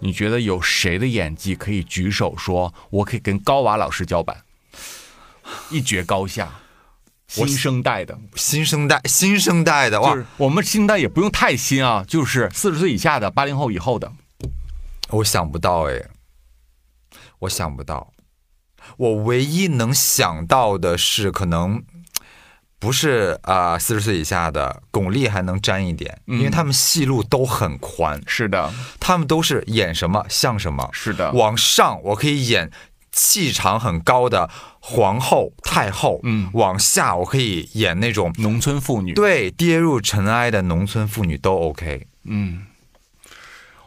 A: 你觉得有谁的演技可以举手说我可以跟高娃老师交 板，一决高下？新生代的，
B: 新生代，新生代的哇
A: 就，是我们新代也不用太新啊，就是四十岁以下的、八零后以后的，
B: 我想不到哎，我想不到，我唯一能想到的是，可能不是啊，四、0十岁以下的巩俐还能沾一点，
A: 嗯
B: 因为他们戏路都很宽，
A: 是的，
B: 他们都是演什么像什么。
A: 是的，
B: 往上我可以演气场很高的皇后、太后，
A: 嗯
B: 往下我可以演那种
A: 农村妇女，，
B: 对跌入尘埃的农村妇女都 OK。
A: 嗯，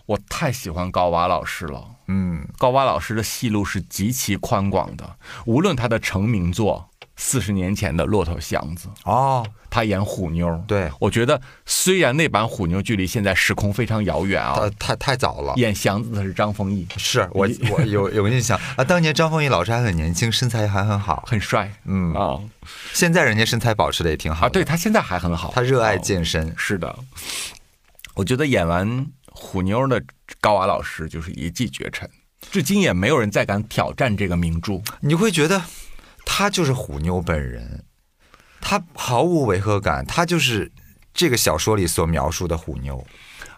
A: 我太喜欢高娃老师了。
B: 嗯，
A: 高娃老师的戏路是极其宽广的，无论他的成名作《四十年前的《骆驼祥子》，
B: 哦，
A: 他演虎妞。
B: 对
A: 我觉得虽然那版虎妞距离现在时空非常遥远啊
B: 太，太太早了。
A: 演祥子的是张丰毅，
B: 是我我有有印象啊，当年张丰毅老师还很年轻，身材还很好。
A: 很帅。
B: 嗯
A: 啊
B: 现在人家身材保持的也挺好
A: 啊，
B: 的
A: 对他现在还很好。
B: 他热爱
A: 哦
B: 健身。
A: 是的，我觉得演完虎妞的高娃老师就是一骑绝尘，至今也没有人再敢挑战这个名著。
B: 你会觉得他就是虎妞本人，他毫无违和感，他就是这个小说里所描述的虎妞。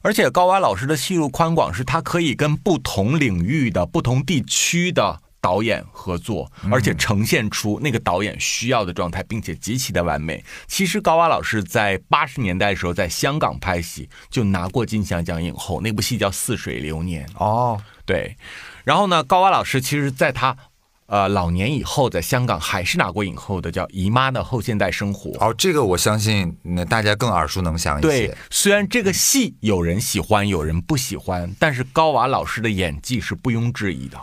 A: 而且高娃老师的戏路宽广，是他可以跟不同领域的、不同地区的导演合作，而且呈现出那个导演需要的状态，并且极其的完美。其实高娃老师在八十年代的时候在香港拍戏，就拿过金像奖影后，那部戏叫《似水流年》。
B: 哦，
A: 对，然后呢，高娃老师其实在他呃老年以后，在香港还是拿过影后的，叫《姨妈的后现代生活》。
B: 哦，这个我相信那大家更耳熟能详一
A: 对
B: 些。，
A: 虽然这个戏有人喜欢，有人不喜欢，但是高娃老师的演技是毋庸置疑的。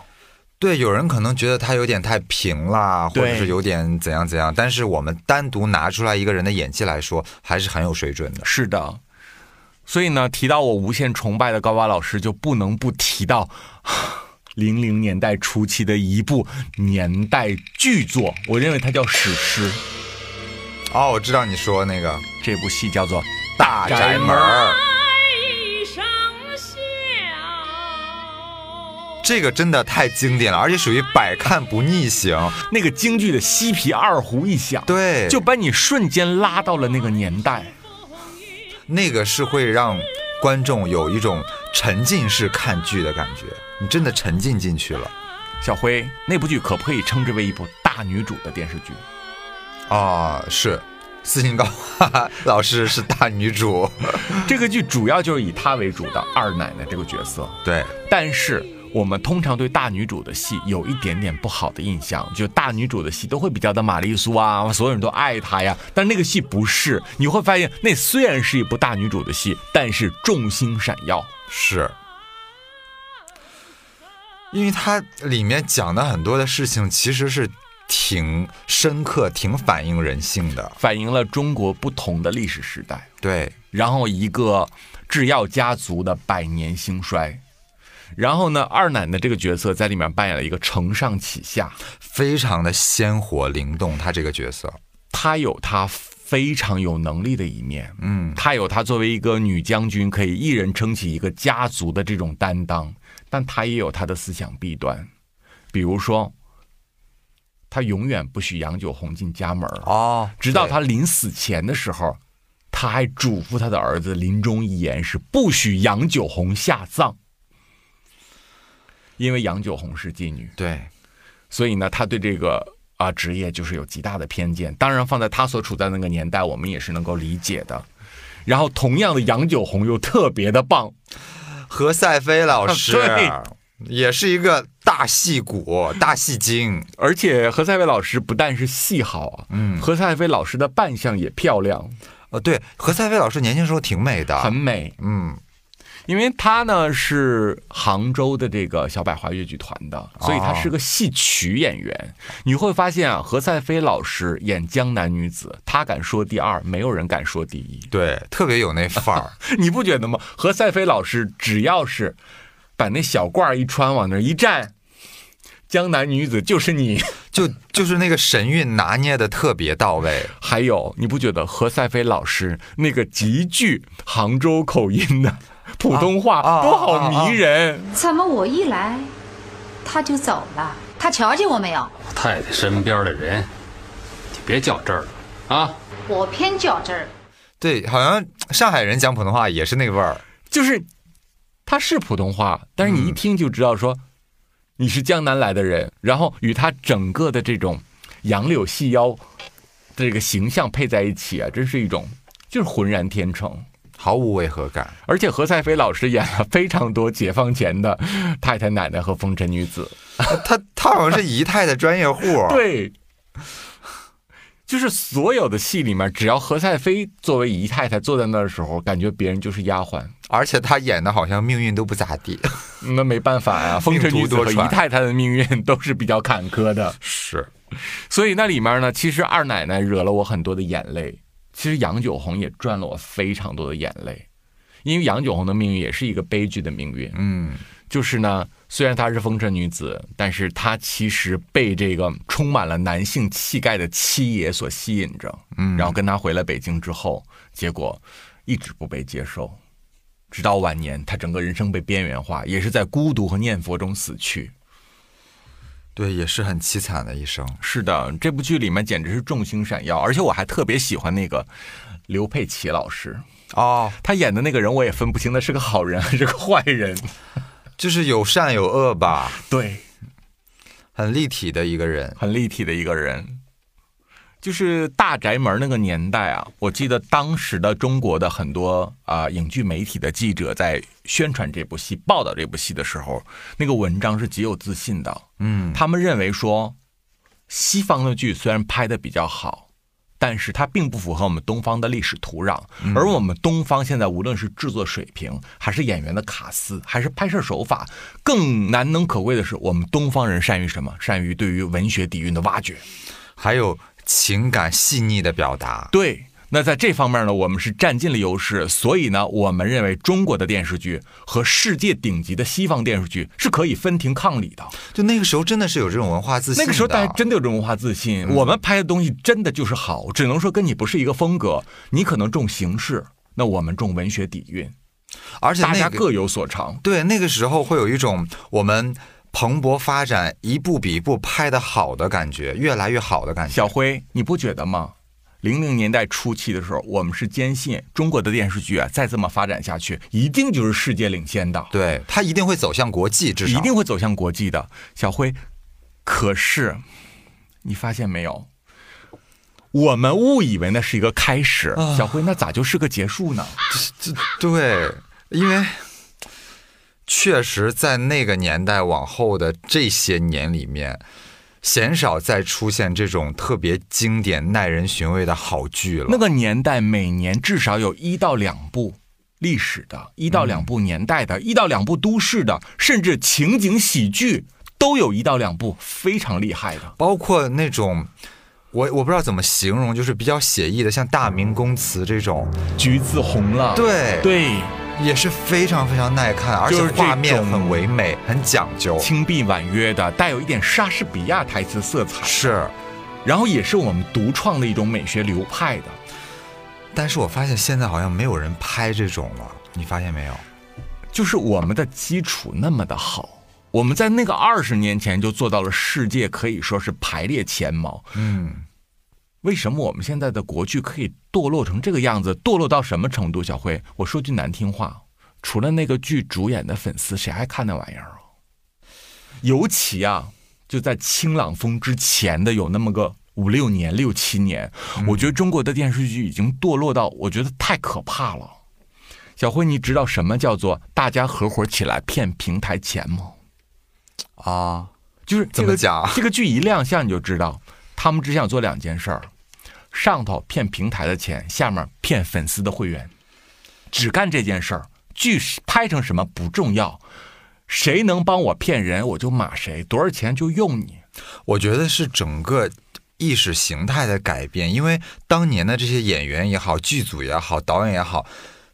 B: 对，有人可能觉得他有点太平啦，或者
A: 对
B: 是有点怎样怎样，但是我们单独拿出来一个人的演技来说，还是很有水准的。
A: 是的，所以呢，提到我无限崇拜的高娃老师，就不能不提到 零零年代初期的一部年代巨作，我认为它叫史诗。
B: 哦，我知道你说那个《
A: 这部戏叫做《
B: 大宅门儿》，这个真的太经典了，而且属于百看不腻型。
A: 那个京剧的西皮二胡一响，
B: 对，
A: 就把你瞬间拉到了那个年代。
B: 那个是会让观众有一种沉浸式看剧的感觉，你真的沉浸进去了
A: 小辉，那部剧可不可以称之为一部大女主的电视剧？
B: 啊！是，斯琴高娃老师是大女主，
A: 这个剧主要就是以她为主的二奶奶这个角色，
B: 对，
A: 但是。我们通常对大女主的戏有一点点不好的印象，就大女主的戏都会比较的玛丽苏啊，所有人都爱她呀。但那个戏不是，你会发现那虽然是一部大女主的戏，但是众星闪耀。
B: 是。因为它里面讲的很多的事情其实是挺深刻、挺反映人性的。
A: 反映了中国不同的历史时代，
B: 对，
A: 然后一个制药家族的百年兴衰。然后呢，二奶奶这个角色在里面扮演了一个承上启下，
B: 非常的鲜活灵动，她这个角色。
A: 她有她非常有能力的一面，
B: 嗯，
A: 她有她作为一个女将军可以一人撑起一个家族的这种担当，但她也有她的思想弊端，比如说，她永远不许杨九红进家门儿
B: 哦，
A: 直到
B: 对
A: 他临死前的时候，他还嘱咐他的儿子临终遗言是不许杨九红下葬，因为杨九红是妓女，
B: 对
A: 所以呢，他对这个啊、职业就是有极大的偏见。当然，放在他所处在那个年代，我们也是能够理解的。然后，同样的，杨九红又特别的棒，
B: 何赛飞老师
A: 啊对
B: 也是一个大戏骨、大戏精，
A: 而且何赛飞老师不但是戏好啊，嗯，何赛飞老师的扮相也漂亮，
B: 呃，对，何赛飞老师年轻时候挺美的，
A: 很美，
B: 嗯，
A: 因为他呢是杭州的这个小百花越剧团的，所以他是个戏曲演员。你会发现啊，何赛飞老师演《江南女子》，他敢说第二，没有人敢说第一，
B: 对，特别有那范 儿。
A: 你不觉得吗？何赛飞老师只要是把那小褂一穿，往那儿一站，江南女子就是你。
B: 就就是那个神韵拿捏的特别到 位，
A: 还有，你不觉得何赛飞老师那个极具杭州口音的普通话
B: 啊啊啊
A: 多好迷人？
I: 怎么我一来，他就走了？他瞧见我没有？
E: 太太身边的人，你别较真儿了啊！
I: 我偏较真儿。
B: 对，好像上海人讲普通话也是那个味儿。
A: 就是他是普通话，但是你一听就知道说你是江南来的人，然后与他整个的这种杨柳细腰这个形象配在一起啊，真是一种就是浑然天成。
B: 毫无违和感，
A: 而且何赛飞老师演了非常多解放前的太太奶奶和风尘女子，
B: 他他好像是姨太的专业户，，
A: 对，就是所有的戏里面，只要何赛飞作为姨太太坐在那儿的时候，感觉别人就是丫鬟，
B: 而且他演的好像命运都不咋地。
A: 那没办法呀、风尘女子和姨太太的命运都是比较坎坷的。
B: 是，
A: 所以那里面呢，其实二奶奶惹了我很多的眼泪，其实杨九红也赚了我非常多的眼泪，因为杨九红的命运也是一个悲剧的命运。
B: 嗯，
A: 就是呢，虽然她是风尘女子，但是她其实被这个充满了男性气概的七爷所吸引着。嗯，然后跟他回了北京之后，结果一直不被接受，直到晚年，她整个人生被边缘化，也是在孤独和念佛中死去。
B: 对，也是很凄惨的一生。
A: 是的，这部剧里面简直是众星闪耀，而且我还特别喜欢那个刘佩琦老师，
B: 哦，
A: 他演的那个人我也分不清他是个好人还是个坏人。
B: 就是有善有恶吧，
A: 对，
B: 很立体的一个人。
A: 很立体的一个人。就是大宅门那个年代啊，我记得当时的中国的很多啊、影剧媒体的记者在宣传这部戏、报道这部戏的时候，那个文章是极有自信的。
B: 嗯，
A: 他们认为说，西方的剧虽然拍的比较好，但是它并不符合我们东方的历史土壤，而我们东方现在无论是制作水平，还是演员的卡斯，还是拍摄手法，更难能可贵的是，我们东方人善于什么？善于对于文学底蕴的挖掘。
B: 还有情感细腻的表达。
A: 对，那在这方面呢，我们是占尽了优势，所以呢，我们认为中国的电视剧和世界顶级的西方电视剧是可以分庭抗礼的。
B: 就那个时候真的是有这种文化自信
A: 那
B: 的。嗯
A: 个时候大家真的有这种文化自信，我们拍的东西真的就是好，只能说跟你不是一个风格，你可能重形式，那我们重文学底蕴，
B: 而且、那
A: 大
B: 个、
A: 家各有所长。
B: 对那个时候会有一种我们蓬勃发展，一步比一步拍的好的感觉，越来越好的感觉。
A: 小辉，你不觉得吗？零零年代初期的时候，我们是坚信中国的电视剧啊，再这么发展下去，一定就是世界领先的。
B: 对他一定会走向国际，至少
A: 一定会走向国际的。小辉，可是你发现没有，我们误以为那是一个开始，
B: 啊
A: 小辉那咋就是个结束呢？
B: 这对，因为确实在那个年代往后的这些年里面，鲜少再出现这种特别经典、耐人寻味的好剧了。
A: 那个年代每年至少有一到两部历史的，一到两部年代的，一到两部都市的，甚至情景喜剧都有一到两部非常厉害的。
B: 包括那种。我我不知道怎么形容，就是比较写意的，像《大明宫词》这种，
A: 橘子红了，
B: 对
A: 哦对，
B: 也是非常非常耐看，而且
A: 就是这
B: 画面
A: 种
B: 很唯美，很讲究。
A: 清碧婉约的，带有一点莎士比亚台词色彩，
B: 是，
A: 然后也是我们独创的一种美学流派的。
B: 但是我发现现在好像没有人拍这种了，你发现没有？
A: 就是我们的基础那么的好，我们在那个二十年前就做到了世界可以说是排列前茅。
B: 嗯，
A: 为什么我们现在的国剧可以堕落成这个样子？堕落到什么程度？小辉，我说句难听话，除了那个剧主演的粉丝，谁还看那玩意儿啊？尤其啊，就在清朗峰之前的有那么个五六年、六七年，
B: 嗯
A: 我觉得中国的电视剧已经堕落到，我觉得太可怕了。小辉，你知道什么叫做大家合伙起来骗平台钱吗？
B: 啊，
A: 就是、这
B: 怎
A: 个
B: 么讲
A: 啊这个剧一亮相你就知道，他们只想做两件事儿：上头骗平台的钱，下面骗粉丝的会员，只干这件事儿。剧是拍成什么不重要，谁能帮我骗人，我就骂谁，多少钱就用你。
B: 我觉得是整个意识形态的改变，因为当年的这些演员也好，剧组也好，导演也好，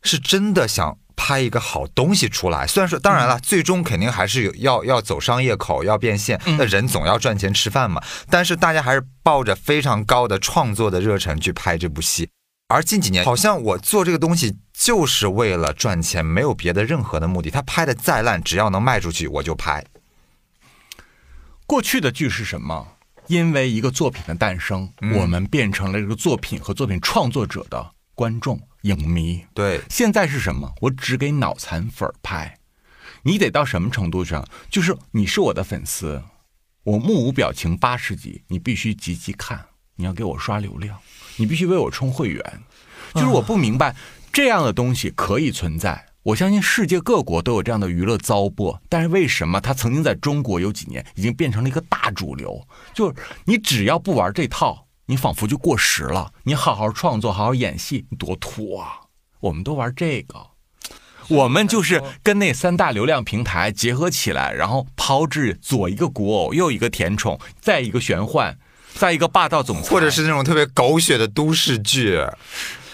B: 是真的想。拍一个好东西出来，虽然说，当然了，最终肯定还是有要要走商业口，要变现，那人总要赚钱吃饭嘛。但是大家还是抱着非常高的创作的热忱去拍这部戏。而近几年，好像我做这个东西就是为了赚钱，没有别的任何的目的。他拍的再烂，只要能卖出去，我就拍。
A: 过去的剧是什么？因为一个作品的诞生，我们变成了这个作品和作品创作者的观众、影迷。
B: 对，
A: 现在是什么？我只给脑残粉儿拍。你得到什么程度上？就是你是我的粉丝，我目无表情八十集，你必须集集看，你要给我刷流量，你必须为我充会员。就是我不明白这样的东西可以存在。我相信世界各国都有这样的娱乐糟粕，但是为什么它曾经在中国有几年已经变成了一个大主流？就是你只要不玩这套，你仿佛就过时了。你好好创作，好好演戏，你多土啊！我们都玩这个，我们就是跟那三大流量平台结合起来，然后抛掷左一个古偶，右一个甜宠，再一个玄幻，再一个霸道总裁，
B: 或者是那种特别狗血的都市剧，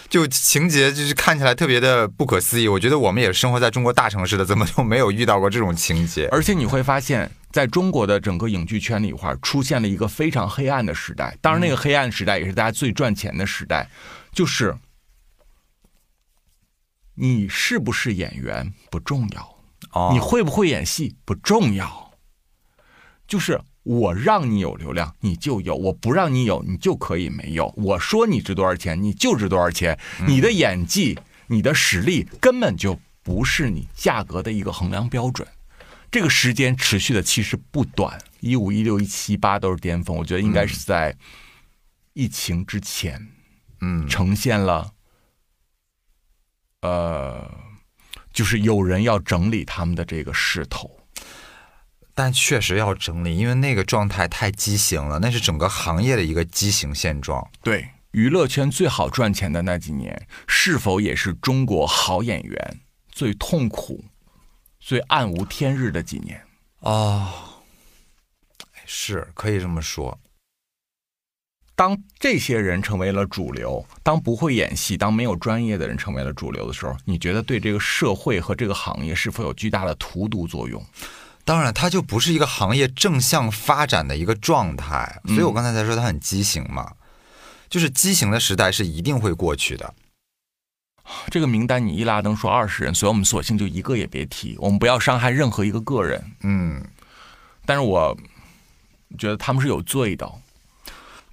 B: 就情节就是看起来特别的不可思议。我觉得我们也生活在中国大城市的，怎么就没有遇到过这种情节？
A: 而且你会发现，在中国的整个影剧圈里块儿，出现了一个非常黑暗的时代。当然，那个黑暗时代也是大家最赚钱的时代，就是你是不是演员不重要，
B: 哦
A: 你会不会演戏不重要，就是我让你有流量，你就有；我不让你有，你就可以没有。我说你值多少钱，你就值多少钱。你的演技、你的实力根本就不是你价格的一个衡量标准。这个时间持续的其实不短，一五、一六、一七、一八都是巅峰，我觉得应该是在疫情之前，
B: 嗯，
A: 呈现了，呃，就是有人要整理他们的这个势头。
B: 但确实要整理，因为那个状态太畸形了，那是整个行业的一个畸形现状。
A: 对，娱乐圈最好赚钱的那几年，是否也是中国好演员最痛苦、最暗无天日的几年？
B: 哎是可以这么说，
A: 当这些人成为了主流，当不会演戏、当没有专业的人成为了主流的时候，你觉得对这个社会和这个行业是否有巨大的荼毒作用？
B: 当然它就不是一个行业正向发展的一个状态，所以我刚才才说它很畸形嘛，就是畸形的时代是一定会过去的。
A: 这个名单你一拉能说二十人，所以我们索性就一个也别提，我们不要伤害任何一个个人。
B: 嗯，
A: 但是我觉得他们是有罪的，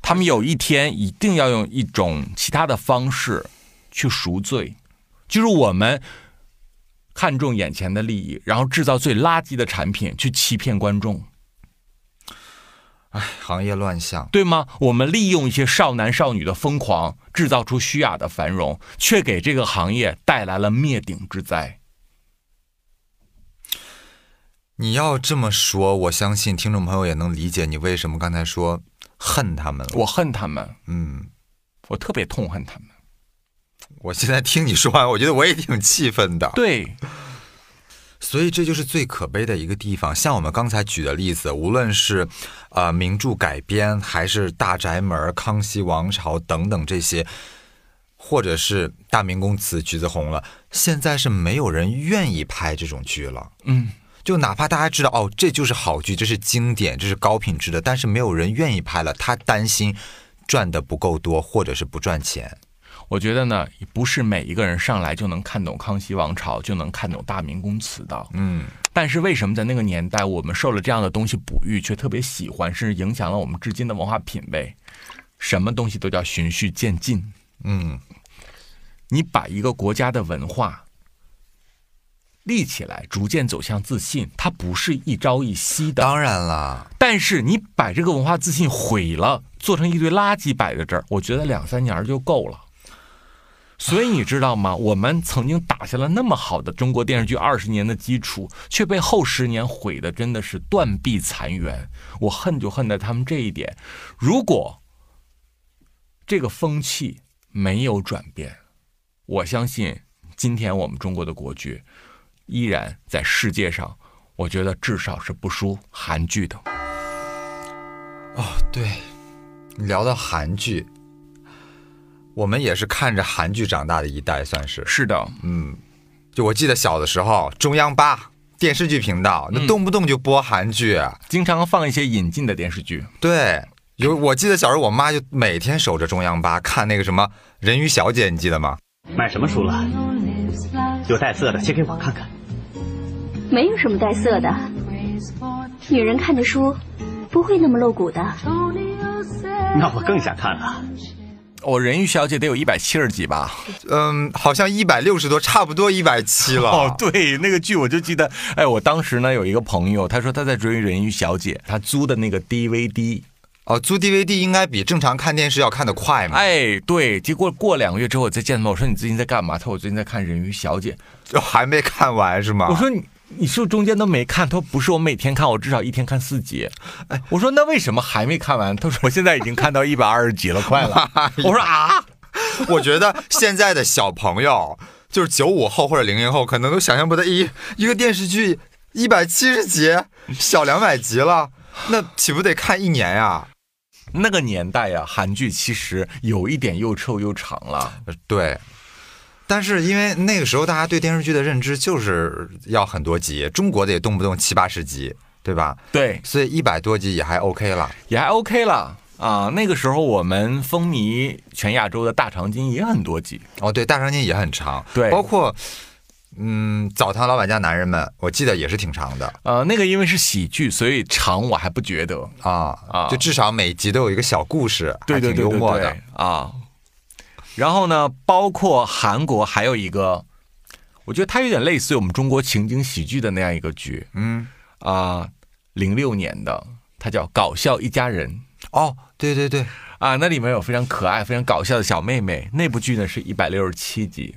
A: 他们有一天一定要用一种其他的方式去赎罪，就是我们看重眼前的利益，然后制造最垃圾的产品去欺骗观众，
B: 行业乱象。
A: 对吗？我们利用一些少男少女的疯狂，制造出虚假的繁荣，却给这个行业带来了灭顶之灾。
B: 你要这么说，我相信听众朋友也能理解你为什么刚才说恨他们了。
A: 我恨他们，
B: 嗯，
A: 我特别痛恨他们。
B: 我现在听你说完，我觉得我也挺气愤的。
A: 对，
B: 所以这就是最可悲的一个地方。像我们刚才举的例子，无论是呃名著改编，还是《大宅门》《康熙王朝》等等这些，或者是《大明宫词》《橘子红了》，现在是没有人愿意拍这种剧了。
A: 嗯，
B: 就哪怕大家知道哦，这就是好剧，这是经典，这是高品质的，但是没有人愿意拍了。他担心赚的不够多，或者是不赚钱。
A: 我觉得呢，不是每一个人上来就能看懂《康熙王朝》，就能看懂《大明宫词》的。
B: 嗯，
A: 但是为什么在那个年代，我们受了这样的东西哺育，却特别喜欢，甚至影响了我们至今的文化品味？什么东西都叫循序渐进。
B: 嗯，
A: 你把一个国家的文化立起来，逐渐走向自信，它不是一朝一夕的。
B: 当然啦，
A: 但是你把这个文化自信毁了，做成一堆垃圾摆在这儿，我觉得两三年儿就够了。所以你知道吗？我们曾经打下了那么好的中国电视剧二十年的基础，却被后十年毁的真的是断壁残垣。我恨就恨在他们这一点。如果这个风气没有转变，我相信今天我们中国的国剧依然在世界上，我觉得至少是不输韩剧的。
B: 对，聊到韩剧，我们也是看着韩剧长大的一代，算是。
A: 是的，
B: 就我记得小的时候，中央八电视剧频道，
A: 嗯
B: 那动不动就播韩剧。
A: 经常放一些引进的电视剧。
B: 对，有我记得小时候，我妈就每天守着中央八看那个什么《人鱼小姐》，你记得吗？
J: 买什么书了？有带色的，借给我看看。
D: 没有什么带色的，女人看着书不会那么露骨的。
J: 那我更想看了。
A: 哦，《人鱼小姐》得有一百七十集吧？
B: 嗯，好像一百六十多，差不多一百七了。
A: 哦，对，那个剧我就记得，哎，我当时呢有一个朋友，他说他在追《人鱼小姐》，他租的那个 DVD，
B: 哦，租 DVD 应该比正常看电视要看得快嘛。
A: 哎，对，结果过两个月之后我再见他，我说你最近在干嘛？他说我最近在看《人鱼小姐》，
B: 就还没看完是吗？
A: 我说你。你是不是中间都没看？他说不是，我每天看，我至少一天看四集。我说那为什么还没看完？他说我现在已经看到 一百二十集了，快了。我说啊，
B: 我觉得现在的小朋友。就是九五后或者零零后，可能都想象不到一一个电视剧一百七十集，小两百集了，那岂不得看一年呀、
A: 那个年代呀、韩剧其实有一点又臭又长了。
B: 对，但是因为那个时候大家对电视剧的认知就是要很多集，中国的也动不动七八十集，对吧？
A: 对，
B: 所以一百多集也还 OK 了。
A: 也还 OK 了啊。那个时候我们风靡全亚洲的大长今也很多集，
B: 哦，对，大长今也很长，
A: 对
B: 包括嗯，澡堂老板家男人们，我记得也是挺长的
A: 呃，那个因为是喜剧，所以长我还不觉得。
B: 啊，
A: 啊
B: 就至少每集都有一个小故事，
A: 对对
B: 还挺
A: 对
B: 幽
A: 对
B: 默
A: 对
B: 的。
A: 啊。然后呢，包括韩国还有一个，我觉得它有点类似于我们中国情景喜剧的那样一个剧
B: 嗯，
A: 啊，零、6六年的，它叫《搞笑一家人》。
B: 哦，对对对，
A: 啊，那里面有非常可爱、非常搞笑的小妹妹。那部剧呢是一百六十七集，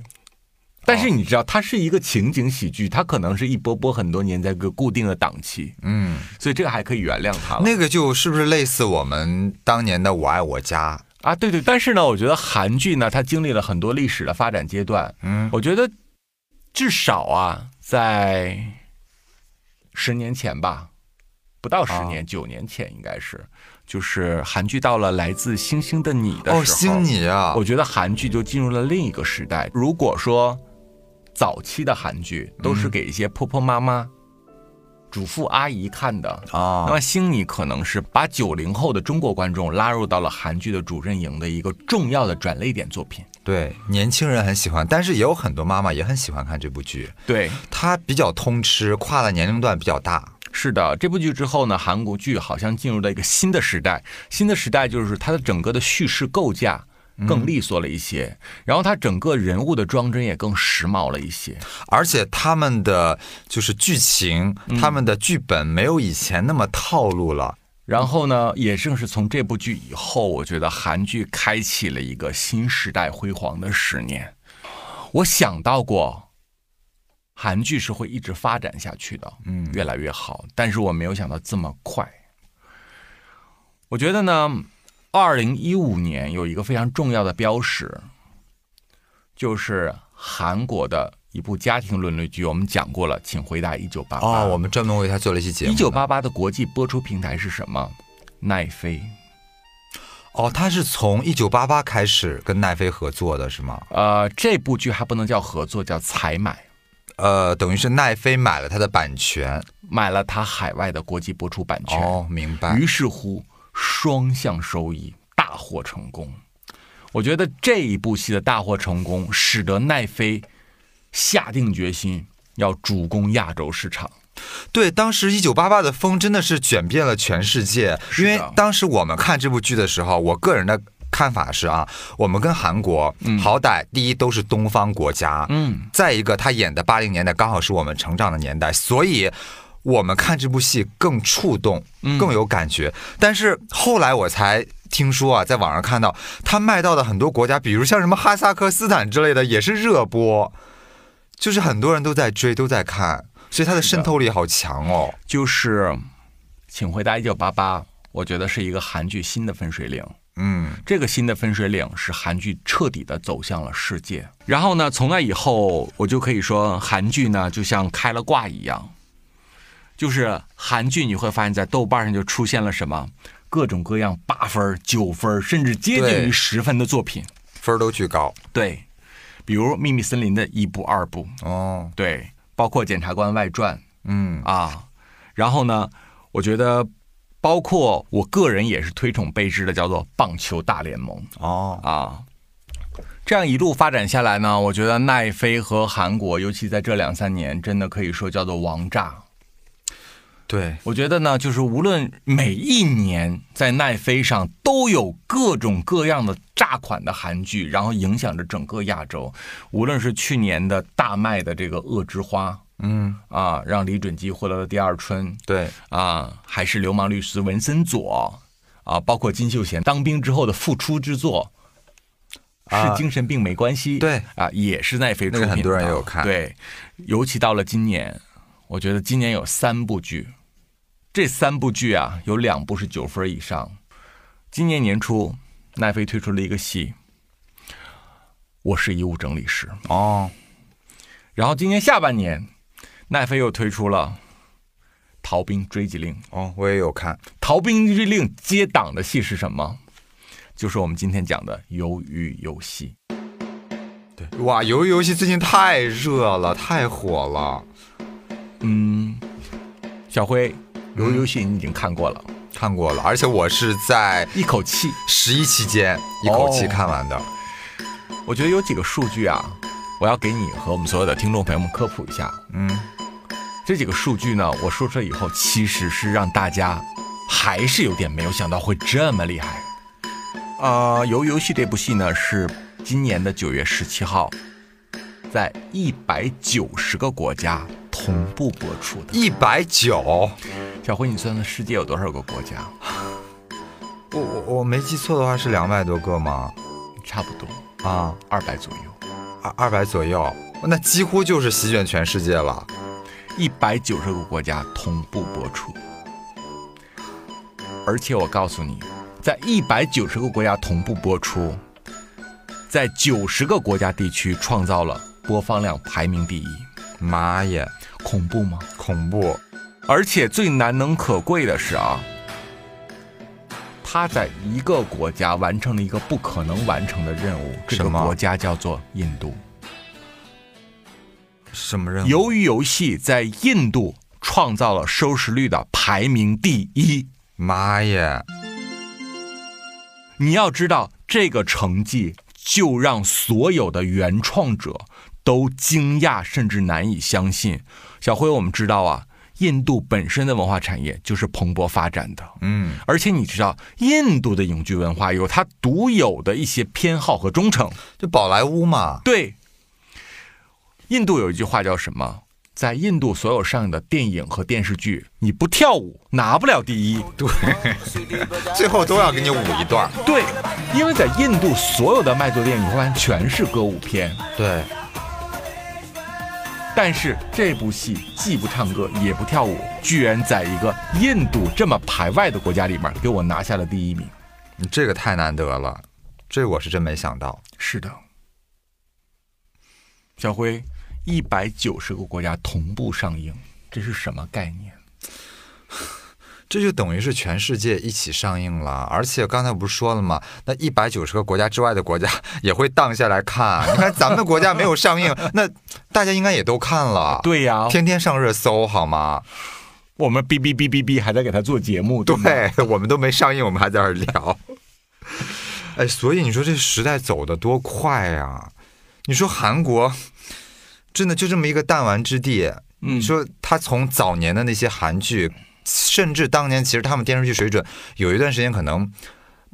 A: 但
B: 哦
A: 是你知道，它是一个情景喜剧，它可能是一波波很多年在一个固定的档期，
B: 嗯，
A: 所以这个还可以原谅它了。
B: 那个就是不是类似我们当年的《我爱我家》？
A: 啊，对对，但是呢，我觉得韩剧呢，它经历了很多历史的发展阶段，
B: 嗯，
A: 我觉得至少啊，在十年前吧，不到
B: 哦
A: 十年，九、年前应该是，就是韩剧到了《来自星星的你》的时候，
B: 哦，星你啊，
A: 我觉得韩剧就进入了另一个时代。如果说早期的韩剧都是给一些婆婆妈妈、主妇阿姨看的，
B: 啊
A: 那么星你可能是把九零后的中国观众拉入到了韩剧的主阵营的一个重要的转类点作品。
B: 对，年轻人很喜欢，但是也有很多妈妈也很喜欢看这部剧。
A: 对，
B: 它比较通吃，跨的年龄段比较大。
A: 是的，这部剧之后呢，韩国剧好像进入了一个新的时代。新的时代就是它的整个的叙事构架
B: 嗯
A: 更利索了一些，然后它整个人物的装帧也更时髦了一些。
B: 而且他们的就是剧情，
A: 嗯
B: 他们的剧本没有以前那么套路了。
A: 然后呢，也正是从这部剧以后，我觉得韩剧开启了一个新时代辉煌的十年。我想到过，韩剧是会一直发展下去的，嗯，越来越好，但是我没有想到这么快。我觉得呢，二零一五年有一个非常重要的标识，就是韩国的一部家庭伦理剧，我们讲过了，请回答一九八八。
B: 哦，我们专门为他做了一期节
A: 啊
B: 目
A: 一
B: 呢。
A: 九八八的国际播出平台是什么？奈飞。
B: 哦，他是从一九八八开始跟奈飞合作的，是吗？
A: 呃，这部剧还不能叫合作，叫采买，
B: 呃，等于是奈飞买了他的版权。
A: 买了它海外的国际播出版权。
B: 哦，明白
A: 于。是乎，双向收益，大获成功。我觉得这一部戏的大获成功，使得奈飞下定决心要主攻亚洲市场。
B: 对，当时一九八八的风真的是卷遍了全世界，
A: 是
B: 因
A: 的
B: 为当时我们看这部剧的时候，我个人的。看法是啊，我们跟韩国、好歹第一都是东方国家，
A: 嗯，
B: 再一个他演的八零年代刚好是我们成长的年代，所以我们看这部戏更触动，
A: 嗯
B: 更有感觉。但是后来我才听说啊，在网上看到他卖到的很多国家，比如像什么哈萨克斯坦之类的，也是热播，就是很多人都在追，都在看，所以它的渗透力好强哦。
A: 就是《请回答一九八八》，我觉得是一个韩剧新的分水岭。
B: 嗯，
A: 这个新的分水岭使韩剧彻底的走向了世界。然后呢，从那以后，我就可以说韩剧呢就像开了挂一样，就是韩剧你会发现在豆瓣上就出现了什么各种各样八分儿、九分儿，甚至接近于
B: 对
A: 十分的作品。
B: 分儿都巨高
A: 对，比如《秘密森林》的一部、二部，
B: 哦。
A: 对，包括《检察官外传》，
B: 嗯，
A: 啊。然后呢，我觉得包括我个人也是推崇备至的，叫做棒球大联盟
B: 哦，
A: 啊。这样一路发展下来呢，我觉得奈飞和韩国，尤其在这两三年，真的可以说叫做王炸。
B: 对，
A: 我觉得呢，就是无论每一年在奈飞上都有各种各样的炸款的韩剧，然后影响着整个亚洲。无论是去年的大卖的这个《恶之花
B: 嗯，》
A: 啊，让李准基获得了第二春，
B: 对，
A: 啊，还是流氓律师文森佐啊，包括金秀贤当兵之后的复出之作。
B: 啊
A: 是精神病没关系，
B: 对
A: 啊，也是奈飞出品的，
B: 那个很多人也有看
A: 对，尤其到了今年，我觉得今年有三部剧，这三部剧啊，有两部是九分以上。今年年初，奈飞推出了一个戏，《我是遗物整理师》，
B: 哦，
A: 然后今年下半年，奈飞又推出了《逃兵追缉令》。
B: 哦，我也有看《
A: 逃兵追缉令》接档的戏是什么？就是我们今天讲的《鱿鱼游戏》。
B: 对，哇，鱿鱼游戏最近太热了，太火了。
A: 嗯，小辉，《鱿鱼游戏》你已经看过了。
B: 看过了，而且我是在
A: 一口气
B: 十一期间一口气看完的、哦。
A: 我觉得有几个数据啊，我要给你和我们所有的听众朋友们科普一下。
B: 嗯，
A: 这几个数据呢，我说出来以后，其实是让大家还是有点没有想到会这么厉害。啊、呃，《鱿鱼游戏》这部戏呢，是今年的九月十七号，在一百九十个国家同步播出的。
B: 一百九。
A: 小辉，你算算世界有多少个国家？
B: 我我我没记错的话是两百多个吗？
A: 差不多
B: 啊，
A: 二百左右，
B: 二二百左右，那几乎就是席卷全世界了。
A: 一百九十个国家同步播出，而且我告诉你，在一百九十个国家同步播出，在九十个国家地区创造了播放量排名第一。
B: 妈耶，
A: 恐怖吗？
B: 恐怖。
A: 而且最难能可贵的是啊，他在一个国家完成了一个不可能完成的任务，这个国家叫做印度。
B: 什么任务？
A: 由于游戏在印度创造了收视率的排名第一。
B: 妈耶！
A: 你要知道，这个成绩就让所有的原创者都惊讶，甚至难以相信。小辉，我们知道啊。印度本身的文化产业就是蓬勃发展的，
B: 嗯，
A: 而且你知道，印度的影剧文化有它独有的一些偏好和忠诚，
B: 就宝莱坞嘛。
A: 对，印度有一句话叫什么？在印度所有上映的电影和电视剧，你不跳舞拿不了第一。
B: 对，最后都要给你舞一段。
A: 对，因为在印度所有的卖座电影，你会发现全是歌舞片。
B: 对。
A: 但是这部戏既不唱歌也不跳舞，居然在一个印度这么排外的国家里面给我拿下了第一名，
B: 这个太难得了，这我是真没想到。
A: 是的，小辉，一百九十个国家同步上映，这是什么概念？
B: 这就等于是全世界一起上映了，而且刚才不是说了吗？那一百九十个国家之外的国家 也会荡下来看。你看咱们国家没有上映，那大家应该也都看了。
A: 对呀、啊，
B: 天天上热搜好吗？
A: 我们哔哔哔哔哔还在给他做节目，
B: 对,
A: 对，
B: 我们都没上映，我们还在这聊。 哎，所以你说这时代走得多快呀、啊！你说韩国真的就这么一个弹丸之地，
A: 嗯、
B: 你说他从早年的那些韩剧。甚至当年，其实他们电视剧水准有一段时间可能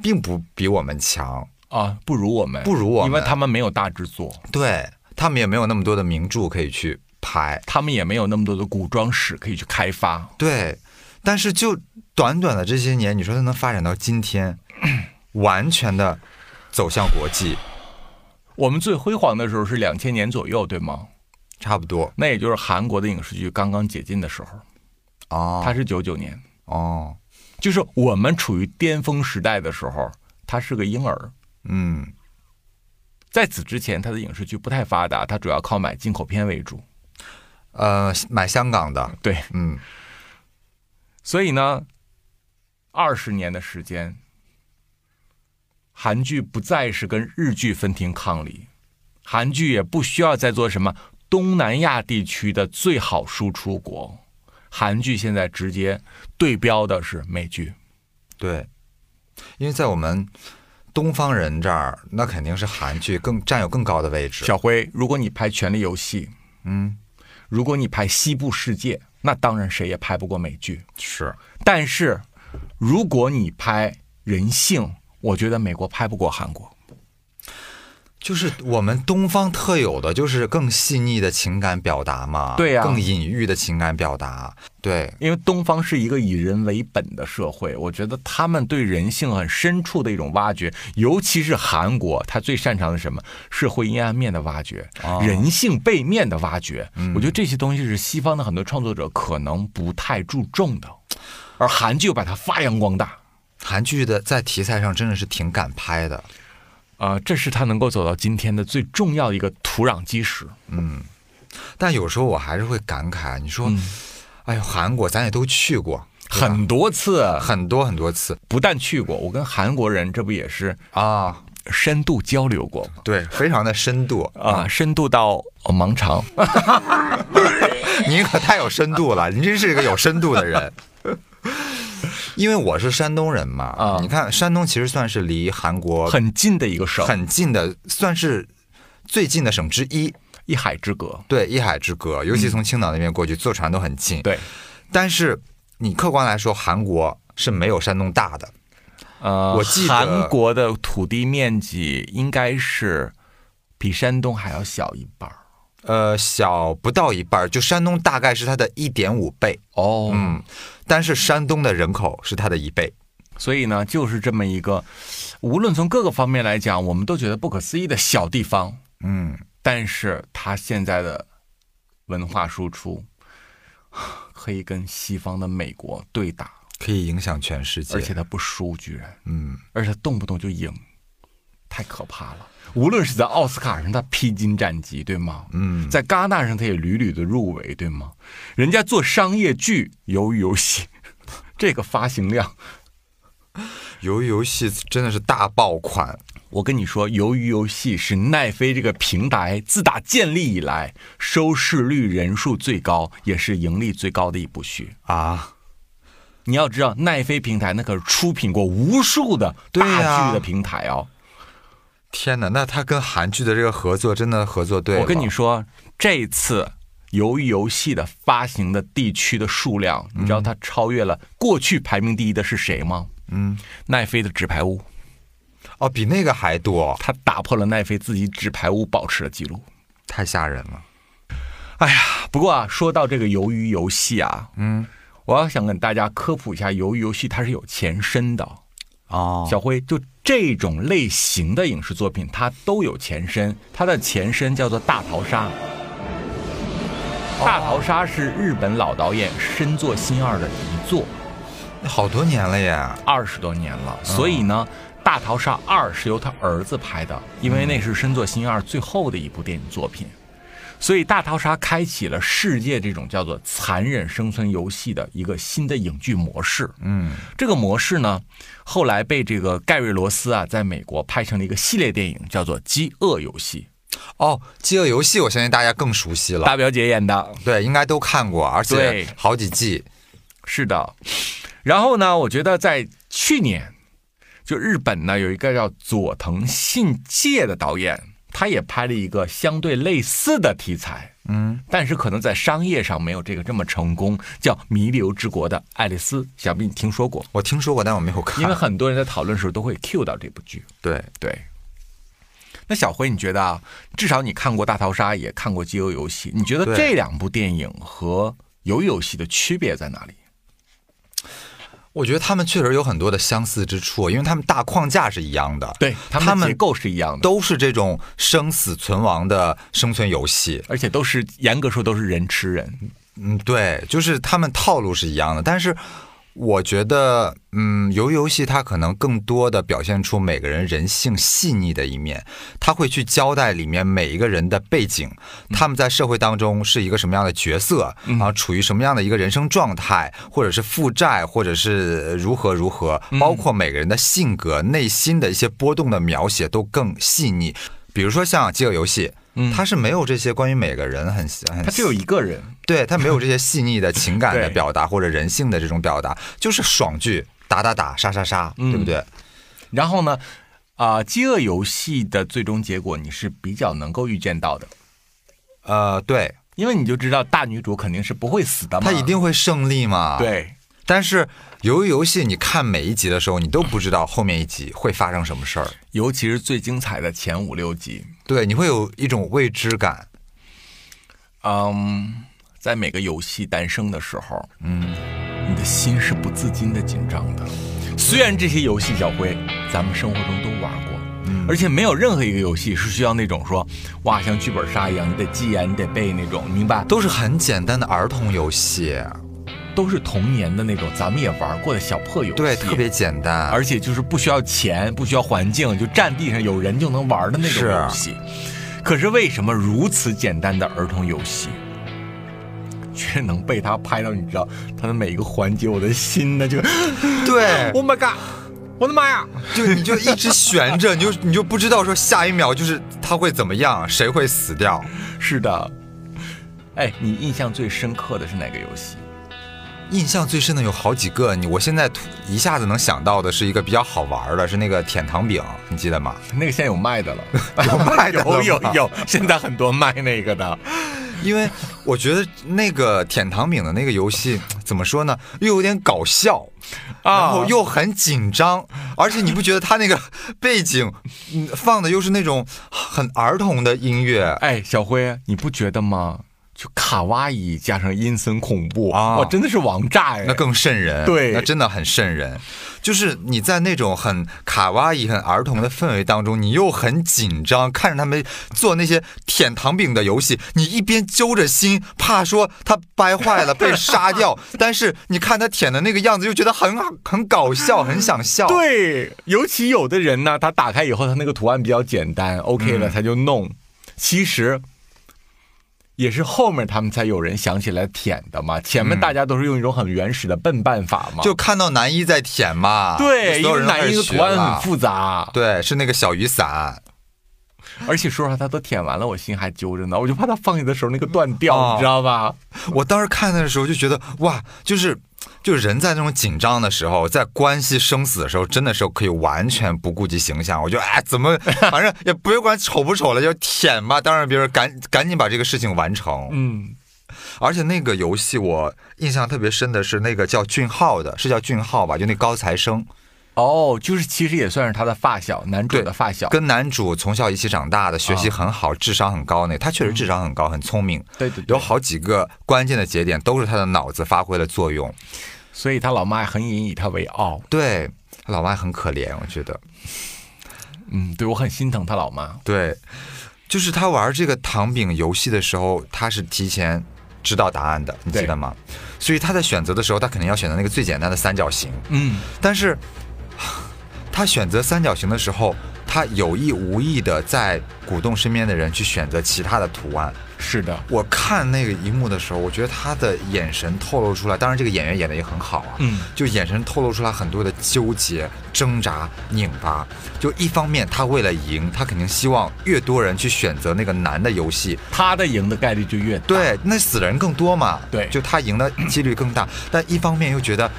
B: 并不比我们强
A: 啊，不如我们，
B: 不如我们，
A: 因为他们没有大制作，
B: 对他们也没有那么多的名著可以去拍，
A: 他们也没有那么多的古装史可以去开发。
B: 对，但是就短短的这些年，你说它能发展到今天， 完全的走向国际。
A: 我们最辉煌的时候是两千年左右，对吗？
B: 差不多，
A: 那也就是韩国的影视剧刚刚解禁的时候。
B: 哦，
A: 他是九九年
B: 哦，
A: 就是我们处于巅峰时代的时候，他是个婴儿。
B: 嗯，
A: 在此之前，他的影视剧不太发达，他主要靠买进口片为主。
B: 呃，买香港的，
A: 对，
B: 嗯。
A: 所以呢，二十年的时间，韩剧不再是跟日剧分庭抗礼，韩剧也不需要再做什么东南亚地区的最好输出国。韩剧现在直接对标的是美剧，
B: 对，因为在我们东方人这儿，那肯定是韩剧更占有更高的位置。
A: 小辉，如果你拍《权力游戏》，
B: 嗯，
A: 如果你拍《西部世界》，那当然谁也拍不过美剧。
B: 是，
A: 但是如果你拍人性，我觉得美国拍不过韩国。
B: 就是我们东方特有的，就是更细腻的情感表达嘛，
A: 对呀、啊，
B: 更隐喻的情感表达，对，
A: 因为东方是一个以人为本的社会，我觉得他们对人性很深处的一种挖掘，尤其是韩国，他最擅长的什么是灰阴暗面的挖掘，
B: 哦、
A: 人性背面的挖掘，
B: 嗯、
A: 我觉得这些东西是西方的很多创作者可能不太注重的，而韩剧又把它发扬光大，
B: 韩剧的在题材上真的是挺敢拍的。
A: 啊、呃，这是他能够走到今天的最重要一个土壤基石。
B: 嗯，但有时候我还是会感慨，你说，哎呦，韩国咱也都去过，
A: 嗯很多次，
B: 很多很多次，
A: 不但去过，我跟韩国人这不也是
B: 啊，
A: 深度交流过吗？
B: 对，非常的深度
A: 啊，深度到盲肠。
B: 您可太有深度了，您真是一个有深度的人。 因为我是山东人嘛，
A: 啊
B: 你看山东其实算是离韩国
A: 很近的一个省，
B: 很近的，算是最近的省之一。
A: 一海之隔。
B: 对，一海之隔，尤其从青岛那边过去，坐船都很近。，
A: 对，
B: 但是你客观来说，韩国是没有山东大的。
A: 呃，
B: 我记得
A: 韩国的土地面积应该是比山东还要小一半儿。
B: 呃，小不到一半儿，就山东大概是它的一点五倍，
A: 哦，
B: 嗯，但是山东的人口是它的一倍，
A: 所以呢，就是这么一个，无论从各个方面来讲，我们都觉得不可思议的小地方，
B: 嗯，
A: 但是它现在的文化输出 可以跟西方的美国对打，
B: 可以影响全世界，
A: 而且它不输，居然，
B: 嗯，
A: 而且它动不动就赢，太可怕了。无论是在奥斯卡上，他披荆斩棘，对吗？嗯，在戛纳上，他也屡屡的入围，对吗？人家做商业剧《鱿鱼游戏》， 这个发行量
B: 鱿鱼游戏真的是大爆款，
A: 我跟你说，鱿鱼游戏是奈飞这个平台自打建立以来收视率人数最高，也是盈利最高的一部剧。
B: 啊，
A: 你要知道，奈飞平台那可是出品过无数的
B: 对呀
A: 大剧的平台哦。
B: 天哪，那他跟韩剧的这个合作真的合作对了，
A: 我跟你说，这次鱿鱼游戏的发行的地区的数量，你知道它超越了过去排名第一的是谁吗？嗯，奈飞的《纸牌屋》，
B: 哦，比那个还多，
A: 它打破了奈飞自己《纸牌屋》保持的记录。
B: 太吓人了，
A: 哎呀，不过啊，说到这个鱿鱼游戏啊，嗯，我要想跟大家科普一下，鱿鱼游戏它是有前身的。
B: 哦，
A: 小辉，就这种类型的影视作品，它都有前身，它的前身叫做大逃杀。大逃杀是日本老导演深作新二的遗作，
B: 好多年了耶，
A: 二十多年了，所以呢，大逃杀二》是由他儿子拍的，因为那是深作新二最后的一部电影作品，所以《大逃杀》开启了世界这种叫做残忍生存游戏的一个新的影剧模式。
B: 嗯，
A: 这个模式呢，后来被这个盖瑞·罗斯啊，在美国拍成了一个系列电影，叫做《饥饿游戏
B: 哦，饥饿游戏我相信大家更熟悉》，了，
A: 大表姐演的。
B: 对，应该都看过，而且
A: 对
B: 好几季，
A: 是的，然后呢，我觉得在去年，就日本呢有一个叫佐藤信介的导演，他也拍了一个相对类似的题材，
B: 嗯，
A: 但是可能在商业上没有这个这么成功，叫《弥留之国的爱丽丝》，想必你听 说过，
B: 我听说过，但我没有看，
A: 因为很多人在讨论的时候都会 cue 到这部剧。
B: 对。
A: 对，那小辉，你觉得啊？至少你看过《大逃杀》，也看过《饥饿游戏》，你觉得
B: 对
A: 这两部电影和游游戏的区别在哪里？
B: 我觉得他们确实有很多的相似之处，因为他们大框架是一样的，
A: 对，
B: 他
A: 他们
B: 们
A: 的结构是一样的。
B: 都是这种生死存亡的生存游戏。
A: 而且都是严格说都是人吃人，
B: 嗯，对，就是他们套路是一样的，但是我觉得，嗯，游游戏它可能更多的表现出每个人人性细腻的一面，它会去交代里面每一个人的背景，他们在社会当中是一个什么样的角色，然后处于什么样的一个人生状态，或者是负债，或者是如何如何，包括每个人的性格、内心的一些波动的描写都更细腻。比如说像《饥饿游戏》，它是没有这些关于每个人很很
A: 他只有一个人。
B: 对他没有这些细腻的情感的
A: 对
B: 表达或者人性的这种表达，就是爽剧打打打杀杀杀，
A: 嗯
B: 对不对？
A: 然后呢，啊、饥饿游戏的最终结果你是比较能够预见到的，
B: 呃，对
A: 因为你就知道大女主肯定是不会死的嘛，
B: 他一定会胜利嘛。，
A: 对。
B: 但是由于游戏，你看每一集的时候，你都不知道后面一集会发生什么事儿，
A: 尤其是最精彩的前五六集，
B: 对，你会有一种未知感。
A: 嗯，在每个游戏诞生的时候，嗯，你的心是不自禁的紧张的。虽然这些游戏小辉，咱们生活中都玩过，
B: 嗯
A: 而且没有任何一个游戏是需要那种说哇像剧本杀一样，你得记啊呀，你得背那种，明白？
B: 都是很简单的儿童游戏，
A: 都是童年的那种，咱们也玩过的小破游戏，
B: 对，特别简单。
A: 而且就是不需要钱，不需要环境，就站地上有人就能玩的那种
B: 是
A: 游戏。可是为什么如此简单的儿童游戏，却能被他拍到？你知道他的每一个环节，我的心呢就，
B: 对
A: ，Oh my god，我的妈呀！
B: 就你就一直悬着，你就你就不知道说下一秒就是他会怎么样，谁会死掉。
A: 是的，哎，你印象最深刻的是哪个游戏？
B: 印象最深的有好几个，你我现在突一下子能想到的是一个比较好玩的，是那个舔糖饼，你记得吗？
A: 那个现在有卖的了，
B: 有卖的 了
A: 有
B: 吗
A: 有有，现在很多卖那个的。
B: 因为我觉得那个舔糖饼的那个游戏怎么说呢，又有点搞笑，然后又很紧张，而且你不觉得它那个背景嗯放的又是那种很儿童的音乐？
A: 哎，小辉，你不觉得吗？就卡哇伊加上阴森恐怖
B: 啊
A: 哇，真的是王炸哎！
B: 那更瘆人，
A: 对
B: 那真的很瘆人。就是你在那种很卡哇伊、很儿童的氛围当中，你又很紧张，看着他们做那些舔糖饼的游戏，你一边揪着心，怕说他掰坏了被杀 掉，但是你看他舔的那个样子，又觉得很很搞笑，很想笑。，
A: 对，尤其有的人呢，他打开以后，他那个图案比较简单，OK 了，他就弄。其实也是后面他们才有人想起来舔的嘛，前面大家都是用一种很原始的笨办法嘛。
B: 就看到男一在舔嘛，
A: 对，
B: 所
A: 因
B: 有
A: 为
B: 人都开
A: 男
B: 始
A: 一的
B: 学
A: 图案
B: 了
A: 很复杂，
B: 对，是那个小雨伞。
A: 而且说实话，他都舔完了，我心还揪着呢，我就怕他放下的时候那个断掉，
B: 哦
A: 你知道吧？
B: 我当时看的时候就觉得，哇，就是就是人在那种紧张的时候，在关系生死的时候，真的是可以完全不顾及形象。我觉得，哎，怎么反正也不用管丑不丑了，就舔吧，当然别人赶赶紧把这个事情完成。
A: 嗯，
B: 而且那个游戏我印象特别深的是那个叫俊浩的，是叫俊浩吧？就那高材生，
A: 哦，就是其实也算是他的发小，男主
B: 对
A: 的发小。啊
B: 跟男主从小一起长大的，学习很好，智商很高那个，他确实智商很高，很聪明。
A: 嗯对对对
B: 有好几个关键的节点都是他的脑子发挥了作用。
A: 所以他老妈很引以他为傲。
B: 对，老外很可怜，我觉得。
A: 嗯，对我很心疼他老妈。
B: 对，就是他玩这个糖饼游戏的时候，他是提前知道答案的，你记
A: 对
B: 得吗？所以他在选择的时候，他肯定要选择那个最简单的三角形。
A: 嗯，
B: 但是，他选择三角形的时候，他有意无意的在鼓动身边的人去选择其他的图案。
A: 是的，
B: 我看那个一幕的时候，我觉得他的眼神透露出来，当然这个演员演的也很好啊，
A: 嗯
B: 就眼神透露出来很多的纠结、挣扎、拧巴。就一方面，他为了赢，他肯定希望越多人去选择那个难的游戏，
A: 他的赢的概率就越大。
B: 对，那死人更多嘛，
A: 对
B: 就他赢的几率更大。但一方面又觉得，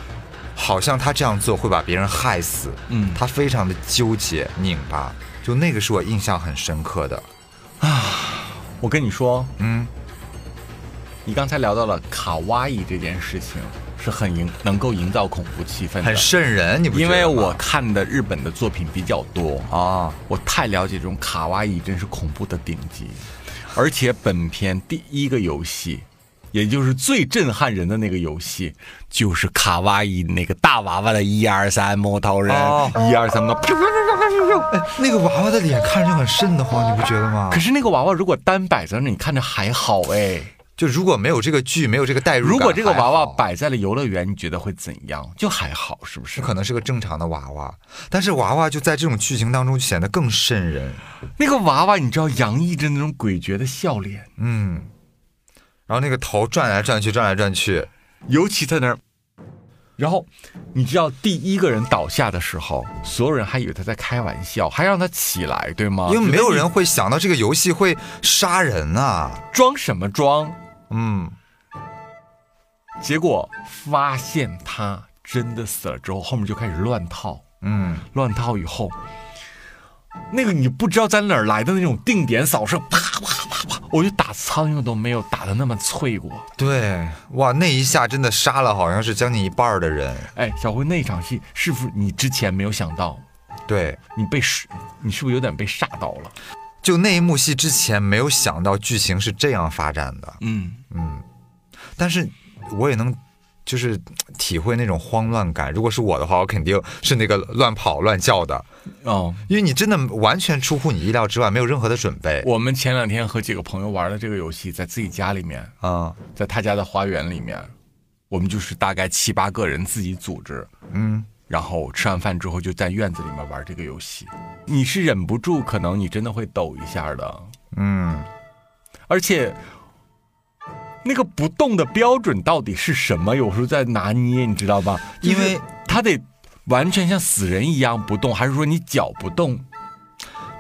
B: 好像他这样做会把别人害死，
A: 嗯
B: 他非常的纠结、拧巴。就那个是我印象很深刻的，
A: 我跟你说，
B: 嗯，
A: 你刚才聊到了卡哇伊这件事情，是很营能够营造恐怖气氛的，
B: 很瘆人，你不觉
A: 因
B: 得吗？
A: 为我看的日本的作品比较多啊，
B: 啊。
A: 我太了解这种卡哇伊，真是恐怖的顶级。而且本片第一个游戏，也就是最震撼人的那个游戏，就是卡哇伊那个大娃娃的一二三木头人
B: 哦，
A: 一二三的。噗噗噗噗噗噗
B: 哎那个娃娃的脸看着就很瘆得
A: 哦
B: 慌，你不觉得吗？
A: 可是那个娃娃如果单摆在那，你看着还好哎。
B: 就如果没有这个剧，没有这个代入感，
A: 如果这个娃
B: 还
A: 娃
B: 好，
A: 摆在了游乐园，你觉得会怎样？就还好，是不是
B: 这？可能是个正常的娃娃，但是娃娃就在这种剧情当中就显得更瘆人。
A: 那个娃娃，你知道洋溢着那种诡谲的笑脸，
B: 嗯，然后那个头转来转去，转来转去，
A: 尤其在那儿。然后，你知道第一个人倒下的时候，所有人还以为他在开玩笑，还让他起来，对吗？
B: 因为没有人
A: 觉得
B: 会想到这个游戏会杀人啊。
A: 你装什么装，
B: 嗯，
A: 结果发现他真的死了之后，后面就开始乱套，
B: 嗯，
A: 乱套以后，那个你不知道在哪儿来的那种定点扫射，啪啪啪啪，我就打苍蝇都没有打的那么脆过。
B: 对，哇，那一下真的杀了好像是将近一半儿的人。
A: 哎，小辉那场戏是不是你之前没有想到？
B: 对，
A: 你被是，你是不是有点被吓到了？
B: 就那一幕戏之前没有想到剧情是这样发展的。
A: 嗯，
B: 但是我也能就是体会那种慌乱感。如果是我的话，我肯定是那个乱跑乱叫的，
A: 哦，
B: 因为你真的完全出乎你意料之外，没有任何的准备。
A: 我们前两天和几个朋友玩了这个游戏，在自己家里面，
B: 啊、
A: 在他家的花园里面，我们就是大概七八个人自己组织，
B: 嗯，
A: 然后吃完饭之后就在院子里面玩这个游戏。你是忍不住，可能你真的会抖一下的，
B: 嗯，
A: 而且那个不动的标准到底是什么？有时候在拿捏，你知道吧？
B: 因为
A: 他得完全像死人一样不动，还是说你脚不动？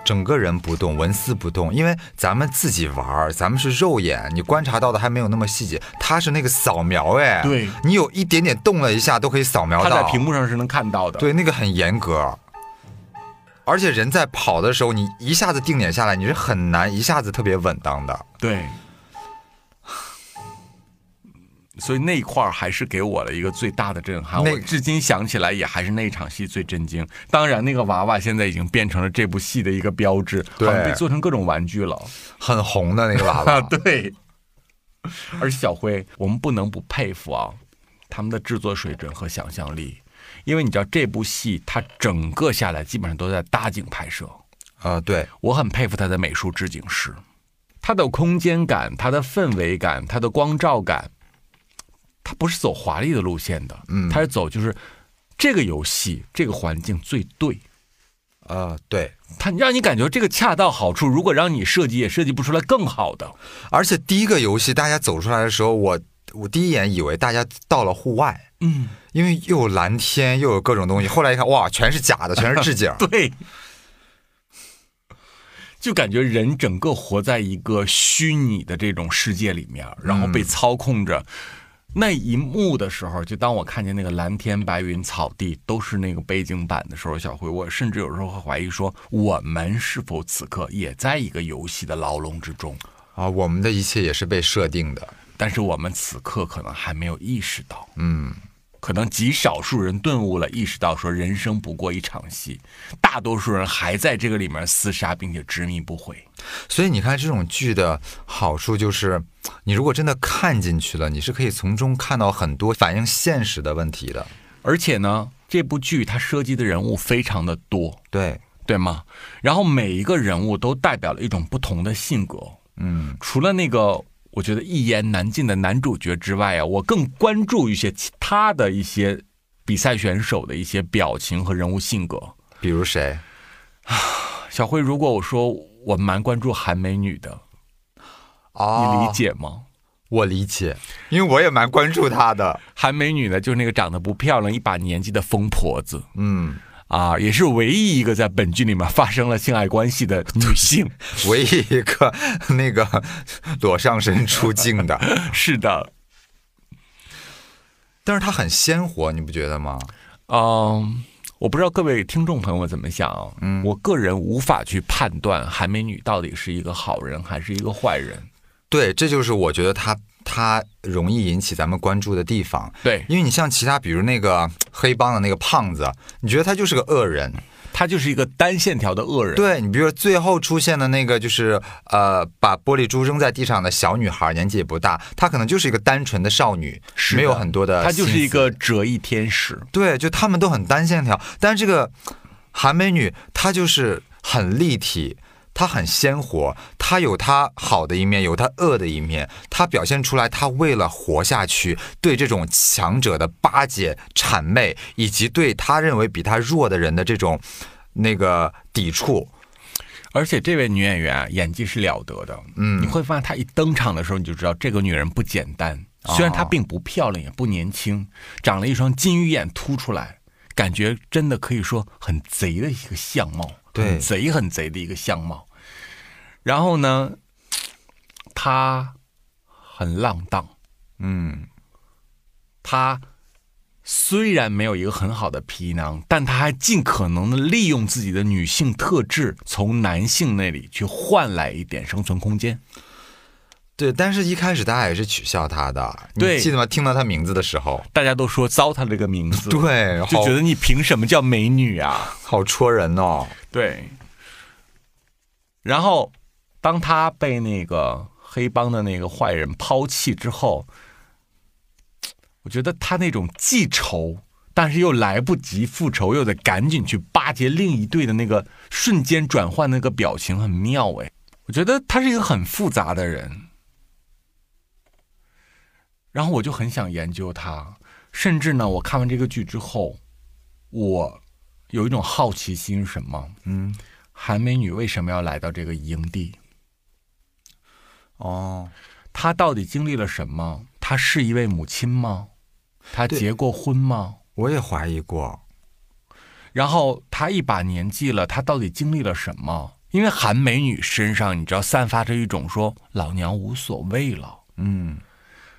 B: 整个人不动，纹丝不动，因为咱们自己玩儿，咱们是肉眼，你观察到的还没有那么细节。他是那个扫描，哎，
A: 对，
B: 你有一点点动了一下都可以扫描
A: 他
B: 到，
A: 在屏幕上是能看到的。
B: 对，那个很严格。而且人在跑的时候，你一下子定点下来，你是很难一下子特别稳当的。
A: 对，所以那一块儿还是给我了一个最大的震撼。
B: 那
A: 我至今想起来也还是那一场戏最震惊。当然，那个娃娃现在已经变成了这部戏的一个标志，
B: 对
A: 好像被做成各种玩具了。
B: 很红的那个娃娃，
A: 对。而且小辉，我们不能不佩服啊，他们的制作水准和想象力。因为你知道这部戏，它整个下来基本上都在搭景拍摄，
B: 啊，对，
A: 我很佩服他的美术置景师，他的空间感、他的氛围感、他的光照感，他不是走华丽的路线的，
B: 嗯
A: 他是走就是这个游戏这个环境最对，
B: 啊，对。
A: 他让你感觉这个恰到好处。如果让你设计，也设计不出来更好的。
B: 而且第一个游戏大家走出来的时候，我我第一眼以为大家到了户外，
A: 嗯，。
B: 因为又有蓝天，又有各种东西。后来一看，哇，全是假的，全是置景
A: 对，就感觉人整个活在一个虚拟的这种世界里面，然后被操控着。那一幕的时候，就当我看见那个蓝天白云、草地都是那个背景板的时候，小辉，我甚至有时候会怀疑说，我们是否此刻也在一个游戏的牢笼之中？
B: 啊，我们的一切也是被设定的。
A: 但是我们此刻可能还没有意识到，
B: 嗯，
A: 可能极少数人顿悟了，意识到说人生不过一场戏，大多数人还在这个里面厮杀，并且执迷不悔。
B: 所以你看这种剧的好处就是，你如果真的看进去了，你是可以从中看到很多反映现实的问题的。
A: 而且呢，这部剧它涉及的人物非常的多，
B: 对，
A: 对吗？然后每一个人物都代表了一种不同的性格。
B: 嗯，
A: 除了那个我觉得一言难尽的男主角之外啊，我更关注一些其他的一些比赛选手的一些表情和人物性格。
B: 比如谁？
A: 小辉，如果我说我蛮关注韩美女的，
B: 哦
A: 你理？解吗？
B: 我理解，因为我也蛮关注他的。
A: 韩美女呢，就是那个长得不漂亮、一把年纪的疯婆子
B: 嗯，
A: 啊，也是唯一一个在本剧里面发生了性爱关系的女 性。
B: 唯一一个那个裸上身出镜的，
A: 是的，
B: 但是他很鲜活，你不觉得吗？
A: 嗯，我不知道各位听众朋友怎么想啊。
B: 嗯
A: 我个人无法去判断韩美女到底是一个好人还是一个坏人。
B: 对，这就是我觉得他他容易引起咱们关注的地方。
A: 对，
B: 因为你像其他，比如那个黑帮的那个胖子，你觉得他就是个恶人。
A: 她就是一个单线条的恶人。，
B: 对你，比如说最后出现的那个，就是呃，把玻璃珠扔在地上的小女孩，年纪也不大，她可能就是一个单纯的少女，
A: 是的
B: 没有很多的。
A: 她就是一个，折翼天使。
B: 对，就他们都很单线条，但是这个韩美女她就是很立体。她很鲜活，她有她好的一面，有她恶的一面。她表现出来，她为了活下去，对这种强者的巴结、谄媚，以及对她认为比她弱的人的这种那个抵触，
A: 而且这位女演员啊演技是了得的，
B: 嗯
A: 你会发现她一登场的时候，你就知道这个女人不简单。
B: 哦
A: 虽然她并不漂亮，也不年轻，长了一双金鱼眼凸出来，感觉真的可以说很贼的一个相貌，
B: 对
A: 很贼很贼的一个相貌。然后呢，她很浪荡，
B: 嗯。
A: 她虽然没有一个很好的皮囊，但她还尽可能的利用自己的女性特质，从男性那里去换来一点生存空间。
B: 对，但是一开始大家也是取笑他的，你
A: 对
B: 记得吗？听到他名字的时候，
A: 大家都说糟蹋了这个名字，
B: 对，
A: 就
B: 好
A: 觉得你凭什么叫美女啊？
B: 好戳人哦。
A: 对。然后，当她被那个黑帮的那个坏人抛弃之后，我觉得她那种记仇，但是又来不及复仇，又得赶紧去巴结另一队的那个瞬间转换那个表情很妙哎，我觉得她是一个很复杂的人。然后我就很想研究她，甚至呢，我看完这个剧之后，我有一种好奇心，什么？嗯，韩美女为什么要来到这个营地？
B: 哦，
A: 她到底经历了什么？她是一位母亲吗？她结过婚吗？
B: 我也怀疑过。
A: 然后她一把年纪了，她到底经历了什么？因为韩美女身上，你知道散发着一种说老娘无所谓了。
B: 嗯，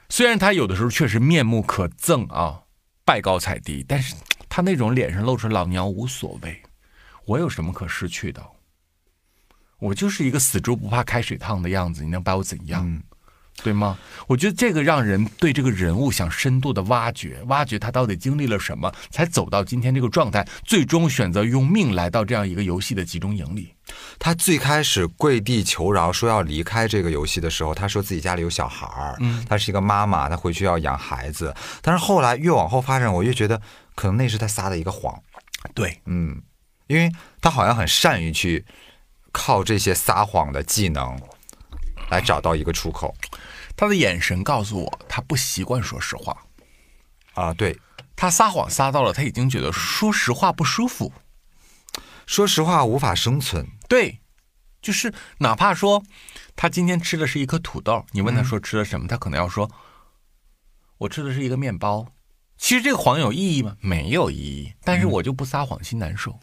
A: 虽然她有的时候确实面目可憎啊，拜高踩低，但是她那种脸上露出老娘无所谓，我有什么可失去的？我就是一个死猪不怕开水烫的样子，你能把我怎样？对吗？我觉得这个让人对这个人物想深度的挖掘，挖掘他到底经历了什么，才走到今天这个状态，最终选择用命来到这样一个游戏的集中营里。
B: 他最开始跪地求饶，说要离开这个游戏的时候，他说自己家里有小孩儿，
A: 嗯
B: 他是一个妈妈，他回去要养孩子。但是后来越往后发展，我越觉得可能那是他撒的一个谎，
A: 对，
B: 嗯，因为他好像很善于去靠这些撒谎的技能来找到一个出口
A: 他的眼神告诉我，他不习惯说实话。
B: 啊。对，
A: 他撒谎撒到了，他已经觉得说实话不舒服。
B: 说实话无法生存，
A: 对，就是哪怕说他今天吃的是一颗土豆，你问他说吃了什么，他可能要说，我吃的是一个面包。其实这个谎有意义吗？没有意义，但是我就不撒谎，心难受。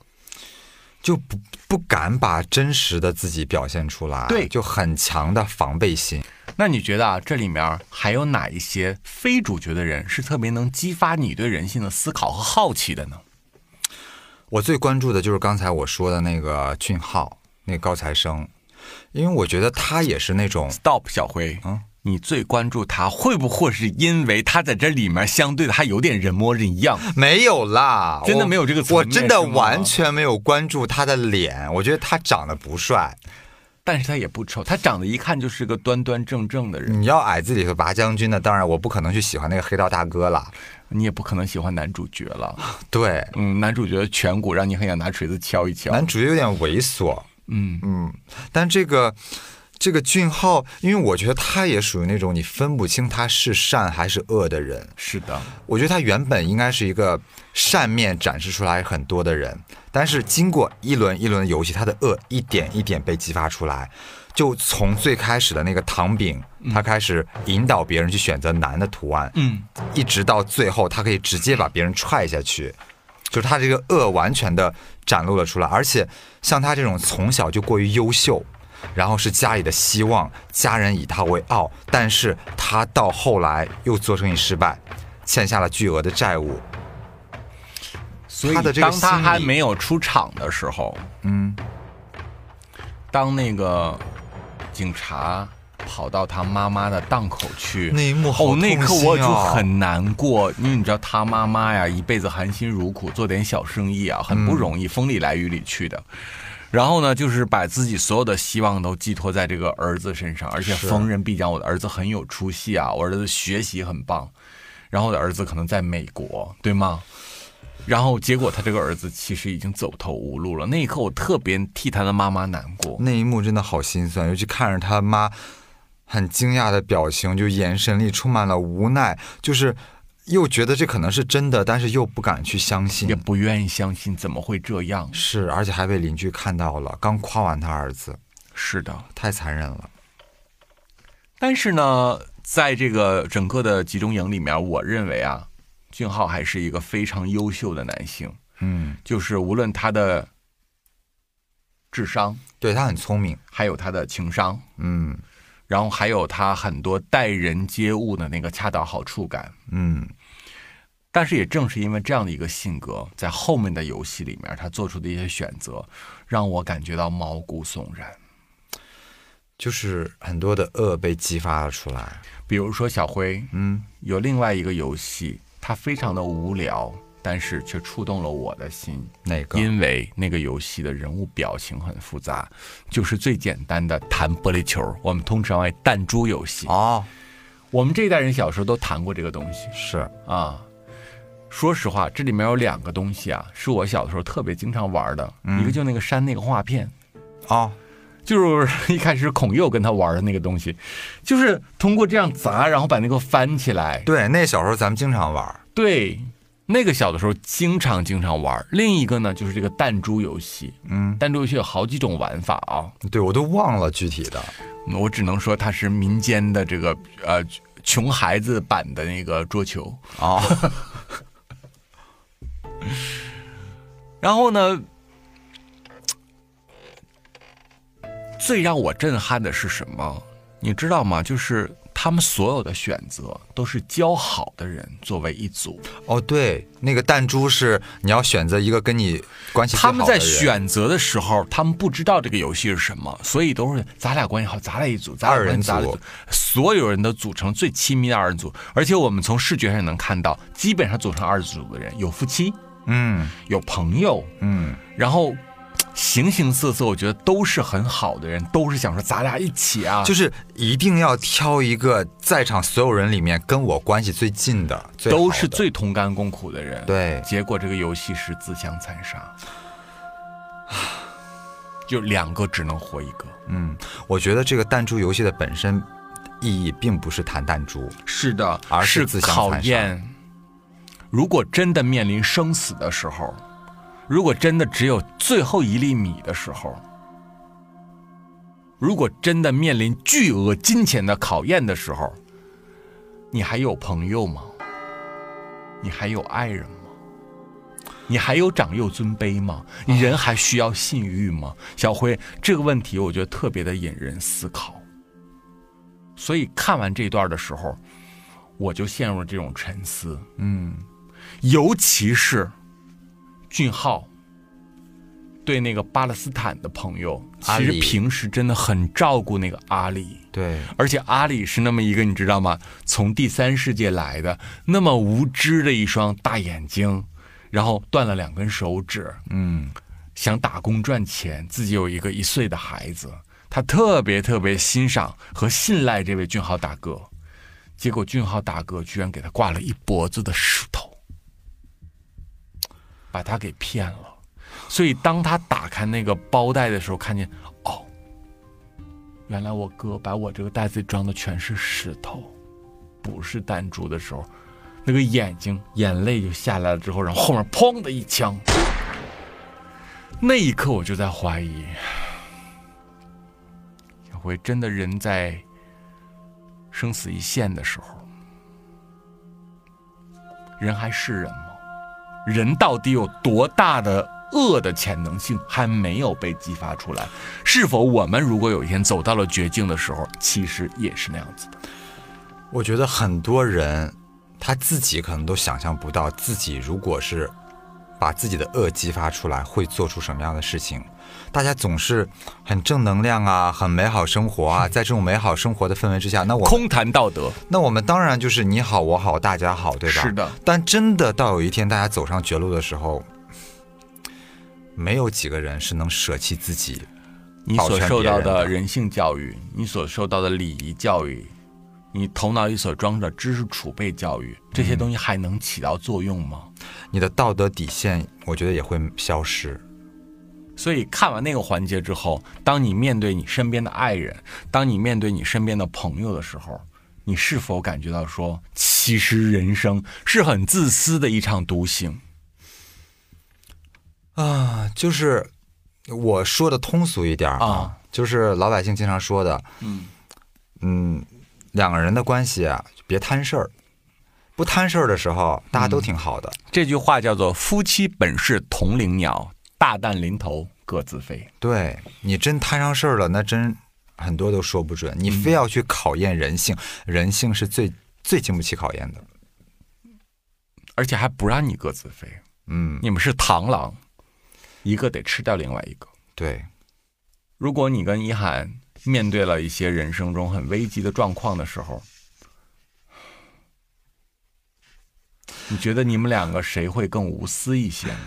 B: 就不不敢把真实的自己表现出来，
A: 对
B: 就很强的防备心。
A: 那你觉得啊，这里面还有哪一些非主角的人是特别能激发你对人性的思考和好奇的呢？
B: 我最关注的就是刚才我说的那个俊浩，那个高材生，因为我觉得他也是那 种
A: Stop，小辉，
B: 嗯，
A: 你最关注他会不会是因为他在这里面相对的还有点人模人样？
B: 没有啦，
A: 真的
B: 我
A: 没有这个层
B: 我
A: 面
B: 真的
A: 是吗
B: 完全没有关注他的脸，我觉得他长得不帅。
A: 但是他也不丑，他长得一看就是个端端正正的人，
B: 你要矮子里头拔将军的，当然我不可能去喜欢那个黑道大哥啦。
A: 你也不可能喜欢男主角了。
B: 对，
A: 嗯，男主角的颧骨让你很想拿锤子敲一敲。
B: 男主角有点猥琐，
A: 嗯，
B: 嗯，但这个这个俊浩，因为我觉得他也属于那种你分不清他是善还是恶的人。
A: 是的，
B: 我觉得他原本应该是一个善面展示出来很多的人，但是经过一轮一轮的游戏，他的恶一点一点被激发出来。就从最开始的那个糖饼，他开始引导别人去选择难的图案，
A: 嗯，
B: 一直到最后，他可以直接把别人踹下去，就是他这个恶完全的展露了出来。而且像他这种从小就过于优秀，然后是家里的希望，家人以他为傲，但是他到后来又做生意失败，欠下了巨额的债务。
A: 所以
B: 他的这个
A: 当他
B: 心理
A: 还没有出场的时候，
B: 嗯，
A: 当那个警察跑到他妈妈的档口去，
B: 那一幕好
A: 哦，那一刻
B: 痛心
A: 我就
B: 啊
A: 很难过，因为你知道他妈妈呀，一辈子含辛茹苦做点小生意啊，很
B: 嗯
A: 不容易，风里来雨里去的。然后呢，就是把自己所有的希望都寄托在这个儿子身上，而且
B: 是
A: 逢人必讲我的儿子很有出息啊，我儿子学习很棒，然后我的儿子可能在美国，对吗？然后结果他这个儿子其实已经走投无路了，那一刻我特别替他的妈妈难过。
B: 那一幕真的好心酸，尤其看着他妈很惊讶的表情，就眼神里充满了无奈，就是又觉得这可能是真的，但是又不敢去相信
A: 也。不愿意相信，怎么会这样？
B: 是，而且还被邻居看到了，刚夸完他儿子，
A: 是的，
B: 太残忍了。
A: 但是呢，在这个整个的集中营里面，我认为啊，俊浩还是一个非常优秀的男性，
B: 嗯，
A: 就是无论他的智商，
B: 对他很聪明，
A: 还有他的情商，
B: 嗯
A: 然后还有他很多待人接物的那个恰到好处感。
B: 嗯，
A: 但是也正是因为这样的一个性格，在后面的游戏里面，他做出的一些选择，让我感觉到毛骨悚然。
B: 就是很多的恶被激发了出来。
A: 比如说小辉，
B: 嗯，
A: 有另外一个游戏，它非常的无聊，但是却触动了我的心，
B: 哪个？
A: 因为那个游戏的人物表情很复杂，就是最简单的弹玻璃球，我们通常爱弹珠游戏。
B: 哦，
A: 我们这一代人小时候都弹过这个东西
B: 是
A: 啊。说实话，这里面有两个东西啊，是我小的时候特别经常玩的，一个就那个删那个画片，
B: 哦，
A: 就是 一开始孔佑跟他玩的那个东西，就是通过这样砸，然后把那个翻起来，
B: 对，那小时候咱们经常玩儿，
A: 对，那个小的时候经常经常玩儿。另一个呢，就是这个弹珠游戏。嗯，弹珠游戏有好几种玩法啊。
B: 对，我都忘了具体的。
A: 我只能说它是民间的这个呃穷孩子版的那个桌球啊。 然后呢，最让我震撼的是什么？你知道吗？就是他们所有的选择都是交好的人作为一组。
B: 哦，对，那个弹珠是你要选择一个跟你关系最
A: 他
B: 好的
A: 们在
B: 人
A: 选择的时候，他们不知道这个游戏是什么，所以都是咱俩关系好，咱俩一组，咱俩
B: 二
A: 关
B: 人
A: 系咱俩一
B: 组
A: 组，所有人都组成最亲密的二人组。而且我们从视觉上也能看到，基本上组成二人组的人有夫妻，
B: 嗯
A: 有朋友，
B: 嗯，
A: 然后嘖形形色色，我觉得都是很好的人，都是想说咱俩一起啊，
B: 就是一定要挑一个在场所有人里面跟我关系最近的，最好的
A: 都是最同甘共苦的人。，
B: 对。
A: 结果这个游戏是自相残杀，就两个只能活一个。
B: 嗯，我觉得这个弹珠游戏的本身意义并不是弹弹珠，
A: 是的，
B: 而是
A: 是
B: 自相
A: 考
B: 残杀
A: 验。如果真的面临生死的时候，如果真的只有最后一粒米的时候，如果真的面临巨额金钱的考验的时候，你还有朋友吗？你还有爱人吗？你还有长幼尊卑吗？
B: 哦
A: 你人还需要信誉吗？小辉，这个问题我觉得特别的引人思考。所以看完这段的时候，我就陷入了这种沉思。嗯，尤其是俊浩对那个巴勒斯坦的朋友，
B: 阿
A: 其
B: 里
A: 实平时真的很照顾那个阿里。
B: 对，
A: 而且阿里是那么一个，你知道吗？从第三世界来的，那么无知的一双大眼睛，然后断了两根手指，
B: 嗯，
A: 想打工赚钱，自己有一个一岁的孩子，他特别特别欣赏和信赖这位俊浩大哥，结果俊浩大哥居然给他挂了一脖子的石头，把他给骗了。所以当他打开那个包袋的时候，看见哦，原来我哥把我这个袋子里装的全是石头，不是弹珠的时候，那个眼睛眼泪就下来了之后，然后后面砰的一枪，那一刻我就在怀疑，小辉真的人在生死一线的时候，人还是人吗？人到底有多大的恶的潜能性还没有被激发出来？是否我们如果有一天走到了绝境的时候，其实也是那样子的？
B: 我觉得很多人他自己可能都想象不到，自己如果是把自己的恶激发出来，会做出什么样的事情。大家总是很正能量啊，很美好生活啊，在这种美好生活的氛围之下，那我
A: 空谈道德，
B: 那我们当然就是你好我好大家好，对吧？
A: 是的。
B: 但真的到有一天大家走上绝路的时候，没有几个人是能舍弃自己。
A: 你
B: 保
A: 所
B: 全
A: 受
B: 别
A: 到
B: 人
A: 的
B: 的
A: 人性教育，你所受到的礼仪教育，你头脑里所装着知识储备教育，这些东西还能起到作用吗？
B: 你的道德底线，我觉得也会消失。
A: 所以看完那个环节之后，当你面对你身边的爱人，当你面对你身边的朋友的时候，你是否感觉到说，其实人生是很自私的一场独行？
B: 啊，就是我说的通俗一点儿
A: 啊，
B: 就是老百姓经常说的，嗯两个人的关系啊，别摊事儿。不摊事儿的时候，大家都挺好的。
A: 这句话叫做“夫妻本是同林鸟，大难临头各自飞
B: 对你真摊上事儿了，那真很多都说不准。你非要去考验人性，人性是最最经不起考验的。”，
A: 而且还不让你各自飞，
B: 嗯，
A: 你们是螳螂，一个得吃掉另外一个。
B: 对，
A: 如果你跟一涵面对了一些人生中很危急的状况的时候，你觉得你们两个谁会更无私一些呢？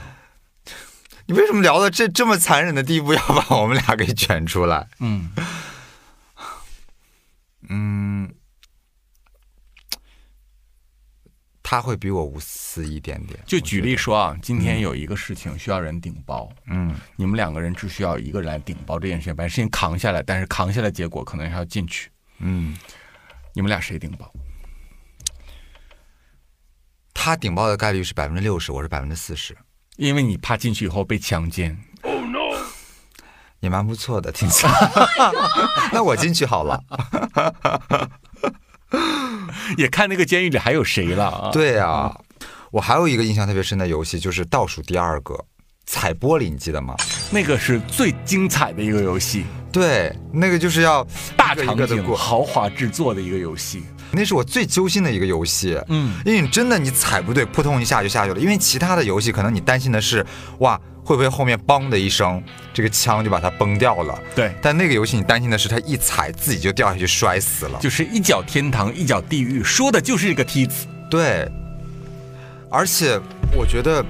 B: 你为什么聊到这这么残忍的地步，要把我们俩给卷出来？
A: 嗯，
B: 嗯他会比我无私一点点。
A: 就
B: 我
A: 举
B: 觉
A: 例
B: 得，
A: 说啊，今天有一个事情需要人顶包，
B: 嗯，
A: 你们两个人只需要一个人来顶包这件事情，把事情扛下来，但是扛下来结果可能还要进去，
B: 嗯，
A: 你们俩谁顶包？
B: 他顶包的概率是百分之六十，我是百分之四十。
A: 因为你怕进去以后被强奸。
B: Oh no！也蛮不错的，听起来。那我进去好了。
A: 也看那个监狱里还有谁了啊？
B: 对啊，我还有一个印象特别深的游戏，就是倒数第二个踩玻璃，你记得吗？
A: 那个是最精彩的一个游戏。
B: 对，那个就是要
A: 大
B: 一个
A: 场
B: 一个的
A: 景、
B: 过。
A: 豪华制作的一个游戏。
B: 那是我最揪心的一个游戏，
A: 嗯，
B: 因为你真的你踩不对，扑通一下就下去了。因为其他的游戏可能你担心的是，哇，会不会后面梆的一声，这个枪就把它崩掉了？
A: 对
B: 但那个游戏你担心的是，它一踩自己就掉下去摔死了。
A: 就是一脚天堂，一脚地狱，说的就是这个梯子。
B: 对，而且我觉得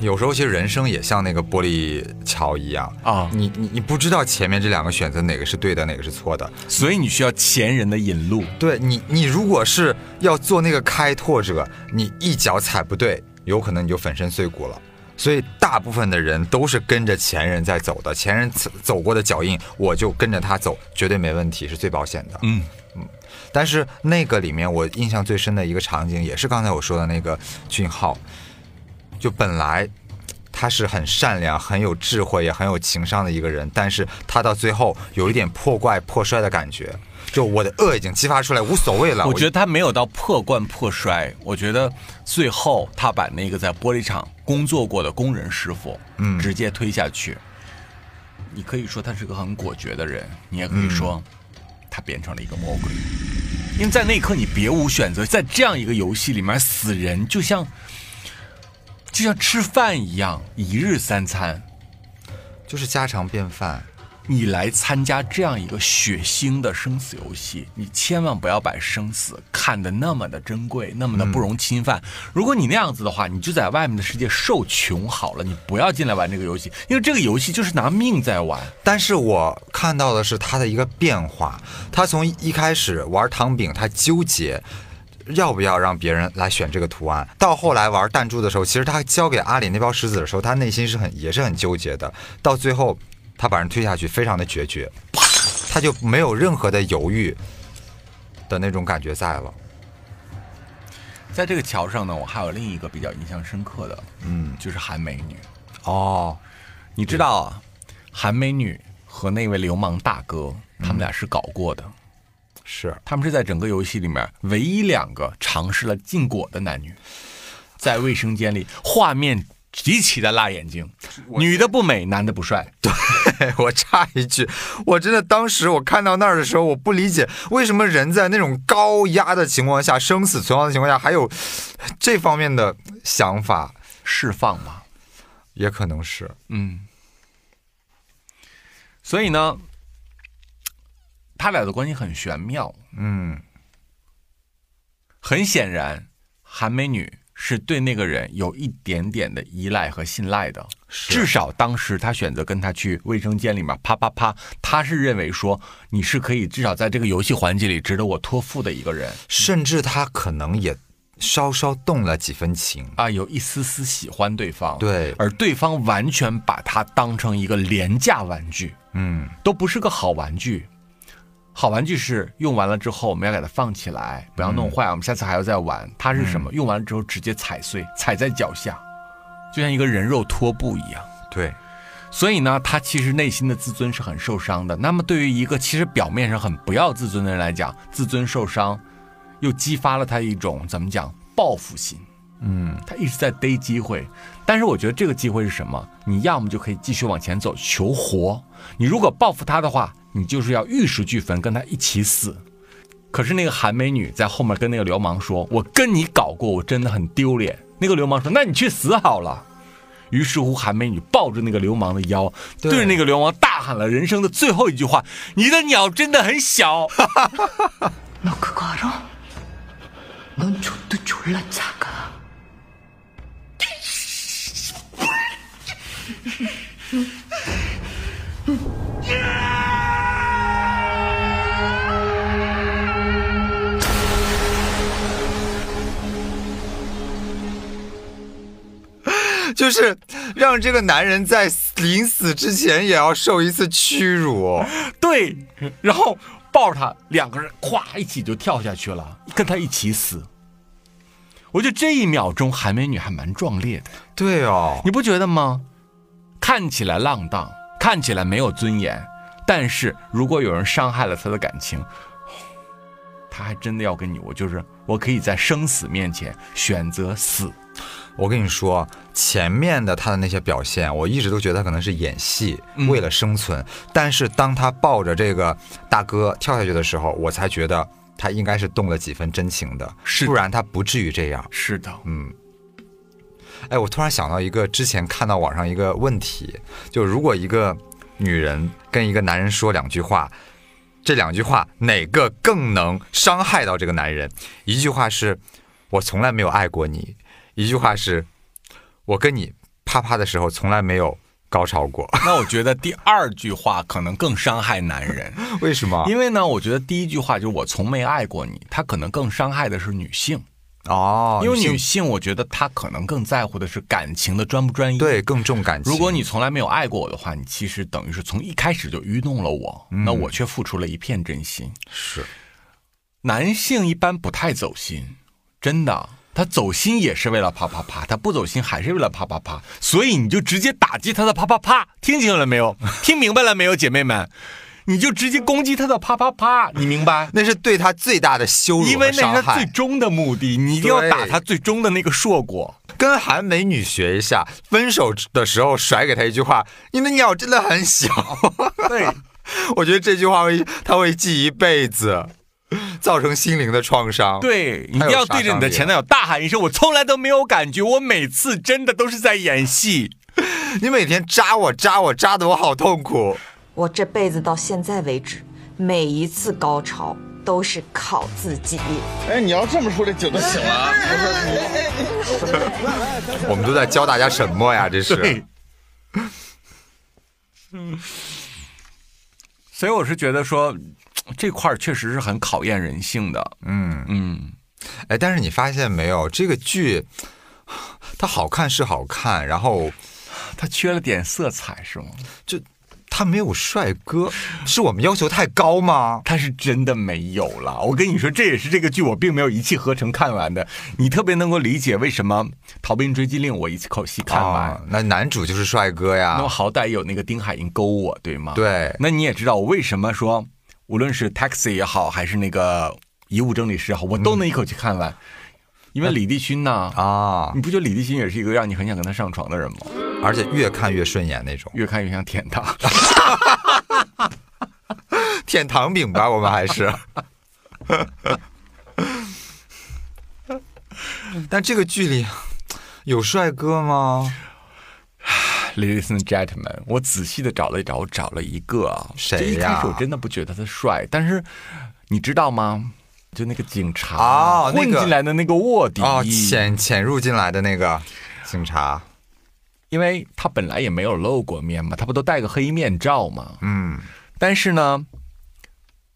B: 有时候其实人生也像那个玻璃桥一样
A: 啊
B: 你你你不知道前面这两个选择哪个是对的，哪个是错的。
A: 所以你需要前人的引路。
B: 对你，你如果是要做那个开拓者，你一脚踩不对，有可能你就粉身碎骨了。所以大部分的人都是跟着前人在走的，前人走走过的脚印，我就跟着他走，绝对没问题，是最保险的。
A: 嗯，
B: 但是那个里面我印象最深的一个场景，也是刚才我说的那个俊浩，就本来他是很善良、很有智慧、也很有情商的一个人，但是他到最后有一点破罐破摔的感觉，就我的恶已经激发出来，无所谓了。
A: 我觉得他没有到破罐破摔，我觉得最后他把那个在玻璃厂工作过的工人师傅，
B: 嗯
A: 直接推下去。你可以说他是个很果决的人，你也可
B: 嗯
A: 以说他变成了一个魔鬼，因为在那一刻你别无选择，在这样一个游戏里面，死人就像就像吃饭一样，一日三餐。
B: 就是家常便饭。
A: 你来参加这样一个血腥的生死游戏，你千万不要把生死看得那么的珍贵，那么的不容侵犯。如果你那样子的话，你就在外面的世界受穷好了，你不要进来玩这个游戏，因为这个游戏就是拿命在玩。
B: 但是我看到的是他的一个变化，他从一开始玩糖饼，他纠结。要不要让别人来选这个图案？到后来玩弹珠的时候，其实他交给阿里那包石子的时候，他内心是很也是很纠结的。到最后，他把人推下去，非常的决绝， 他就没有任何的犹豫的那种感觉在了。
A: 在这个桥上呢，我还有另一个比较印象深刻的，嗯，就是韩美女。
B: 哦，
A: 你知道啊，韩美女和那位流氓大哥，他们俩是搞过的，
B: 是
A: 他们是在整个游戏里面唯一两个尝试了禁果的男女，在卫生间里，画面极其的辣眼睛，女的不美，男的不帅。
B: 我插一句，我真的当时我看到那儿的时候，我不理解为什么人在那种高压的情况下、生死存亡的情况下，还有这方面的想法，
A: 释放吧，
B: 也可能是
A: 嗯。所以呢，他俩的关系很玄妙。
B: 嗯，
A: 很显然，韩美女是对那个人有一点点的依赖和信赖的。至少当时她选择跟他去卫生间里面啪啪啪，她是认为说你是可以至少在这个游戏环节里值得我托付的一个人
B: 甚至他可能也稍稍动了几分情。
A: 啊，有一丝丝喜欢对方。，
B: 对，
A: 而对方完全把她当成一个廉价玩具，
B: 嗯，
A: 都不是个好玩具。好玩具是用完了之后，我们要给它放起来，不要弄坏，我们下次还要再玩。它是什
B: 嗯
A: 么？用完了之后直接踩碎，踩在脚下，就像一个人肉拖布一样。
B: 对，
A: 所以呢，他其实内心的自尊是很受伤的。那么，对于一个其实表面上很不要自尊的人来讲，自尊受伤，又激发了他一种怎么讲报复心。嗯，他一直在逮机会，但是我觉得这个机会是什么？你要么就可以继续往前走求活，你如果报复他的话，你就是要玉石俱焚，跟他一起死。可是那个韩美女在后面跟那个流氓说：“我跟你搞过，我真的很丢脸。”那个流氓说：“那你去死好了。”于是乎，韩美女抱着那个流氓的腰，
B: 对
A: 对着那个流氓大喊了人生的最后一句话：“你的鸟真的很 小。
D: 너 그거 알아? 넌 족도 졸라 작아.
B: 就是让这个男人在临死之前也要受一次屈辱。”
A: 对，然后抱着他，两个人咵一起就跳下去了，跟他一起死。我觉得这一秒钟韩美女还蛮壮烈的。
B: 对哦，
A: 你不觉得吗？看起来浪荡，看起来没有尊严，但是如果有人伤害了他的感情，他还真的要跟你，我就是我可以在生死面前选择死。
B: 我跟你说，前面的他的那些表现，我一直都觉得他可能是演戏，为了生存。但是当他抱着这个大哥跳下去的时候，我才觉得他应该是动了几分真情的，
A: 是
B: 不然他不至于这样。
A: 是的，
B: 嗯。哎，我突然想到一个之前看到网上一个问题，就如果一个女人跟一个男人说两句话，这两句话哪个更能伤害到这个男人？一句话是“我从来没有爱过你”，一句话是“我跟你啪啪的时候从来没有高潮过。
A: 那我觉得第二句话可能更伤害男人，”
B: 为什么？
A: 因为呢，我觉得第一句话就是“我从没爱过你”，他可能更伤害的是女性，
B: 哦，
A: 因为
B: 女
A: 女
B: 性
A: 性我觉得她可能更在乎的是感情的专不专一。
B: 对更重感情。
A: 如果你从来没有爱过我的话，你其实等于是从一开始就愚弄了我，那我却付出了一片真心。
B: 嗯是
A: 男性一般不太走心，真的，他走心也是为了啪啪啪，他不走心还是为了啪啪啪，所以你就直接打击他的啪啪啪，听清楚了没 有？听明白了没有，姐妹们？你就直接攻击他的啪啪啪，你明白？
B: 那是对他最大的羞 辱
A: 因为
B: 和
A: 那
B: 伤
A: 是他
B: 害
A: 最。终的目的，你一定要
B: 对
A: 打他最终的那个硕果。
B: 跟韩美女学一下，分手的时候甩给她一句话：“你的鸟真的很小。
A: 对，”
B: 我觉得这句话会，她会记一辈子，造成心灵的创伤。，
A: 对，你一
B: 还有
A: 定要
B: 杀
A: 对着你
B: 伤
A: 的
B: 力
A: 前男友大喊一声：“我从来都没有感觉，我每次真的都是在演戏。”
B: 你每天扎我扎我扎的我好痛 苦。
K: 我这辈子到现在为止，每一次高潮都是靠自己。
L: 哎，你要这么说，这酒都醒了。
B: 我们都在教大家什么呀？这是
A: 对所以我是觉得说这块儿确实是很考验人性的。
B: 嗯
A: 嗯，
B: 哎，但是你发现没有，这个剧它好看是好看，然后
A: 它缺了点色彩是吗？
B: 就它没有帅哥，是我们要求太高吗？
A: 它是真的没有了。我跟你说，这也是这个剧我并没有一气呵成看完的。你特别能够理解为什么《逃兵追击令》我一口气看完。
B: 啊，那男主就是帅 哥呀。
A: 那我好歹有那个丁海寅勾我，对吗？。
B: 对，
A: 那你也知道我为什么说，无论是 Taxi 也好，还是那个遗物整理师也好，我都能一口气看完，因为李帝勋呐，
B: 啊
A: 你，不觉得李帝勋也是一个让你很想跟他上床的人吗？
B: 而且越看越顺眼那种。
A: 越看越想舔 他。
B: 舔糖饼 吧，我们还是。 但这个剧里有帅哥吗？
A: Ladies and gentlemen，我仔细的找了一找，我找了一个啊，
B: 谁呀
A: 这一开始我真的不觉得他帅，但是你知道吗？就那个警察
B: 哦那
A: 混
B: 个
A: 进来的那个卧底，
B: 哦，潜潜入进来的那个警察，
A: 因为他本来也没有露过面嘛，他不都戴个黑面罩嘛。
B: 嗯，
A: 但是呢，